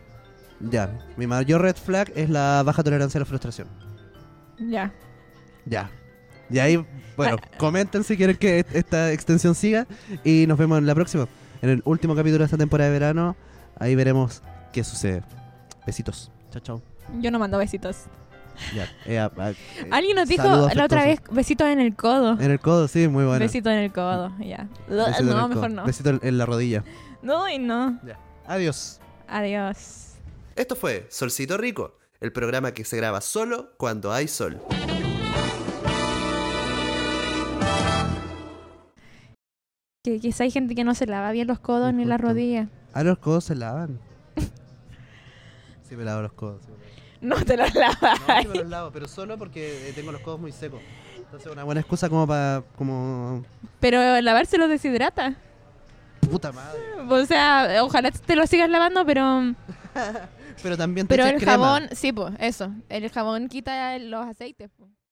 S1: Ya. Mi mayor red flag es la baja tolerancia a la frustración.
S2: Ya.
S1: Ya. Y ahí, bueno, comenten si quieren que est- esta extensión siga. Y nos vemos en la próxima. En el último capítulo de esta temporada de verano. Ahí veremos qué sucede. Besitos. Chao, chao.
S2: Yo no mando besitos.
S1: Ya. Eh, ah, ah, eh,
S2: Alguien nos dijo
S1: saludo
S2: la otra vez
S1: afectuoso.
S2: besitos en el codo.
S1: En el codo, sí, muy bueno.
S2: Besito en el codo, ya.
S1: Besito en el
S2: no,
S1: codo.
S2: mejor no.
S1: Besito en- en la rodilla.
S2: No, y no.
S1: Adiós.
S2: Adiós.
S1: Esto fue Solcito Rico, el programa que se graba solo cuando hay sol.
S2: Que quizá hay gente que no se lava bien los codos ni las
S1: Disculpa.
S2: rodillas.
S1: Ah, los codos se lavan. Sí me lavo los codos. sí me lavo.
S2: No te los lavas.
S1: No, sí me los lavo, pero solo porque eh, tengo los codos muy secos. Entonces una buena excusa como para... como...
S2: Pero lavarse los deshidrata.
S1: Puta madre.
S2: O sea, ojalá te lo sigas lavando, pero
S1: Pero también te
S2: pero
S1: echas
S2: el
S1: crema.
S2: jabón, sí, pues, eso. El jabón quita los aceites. po.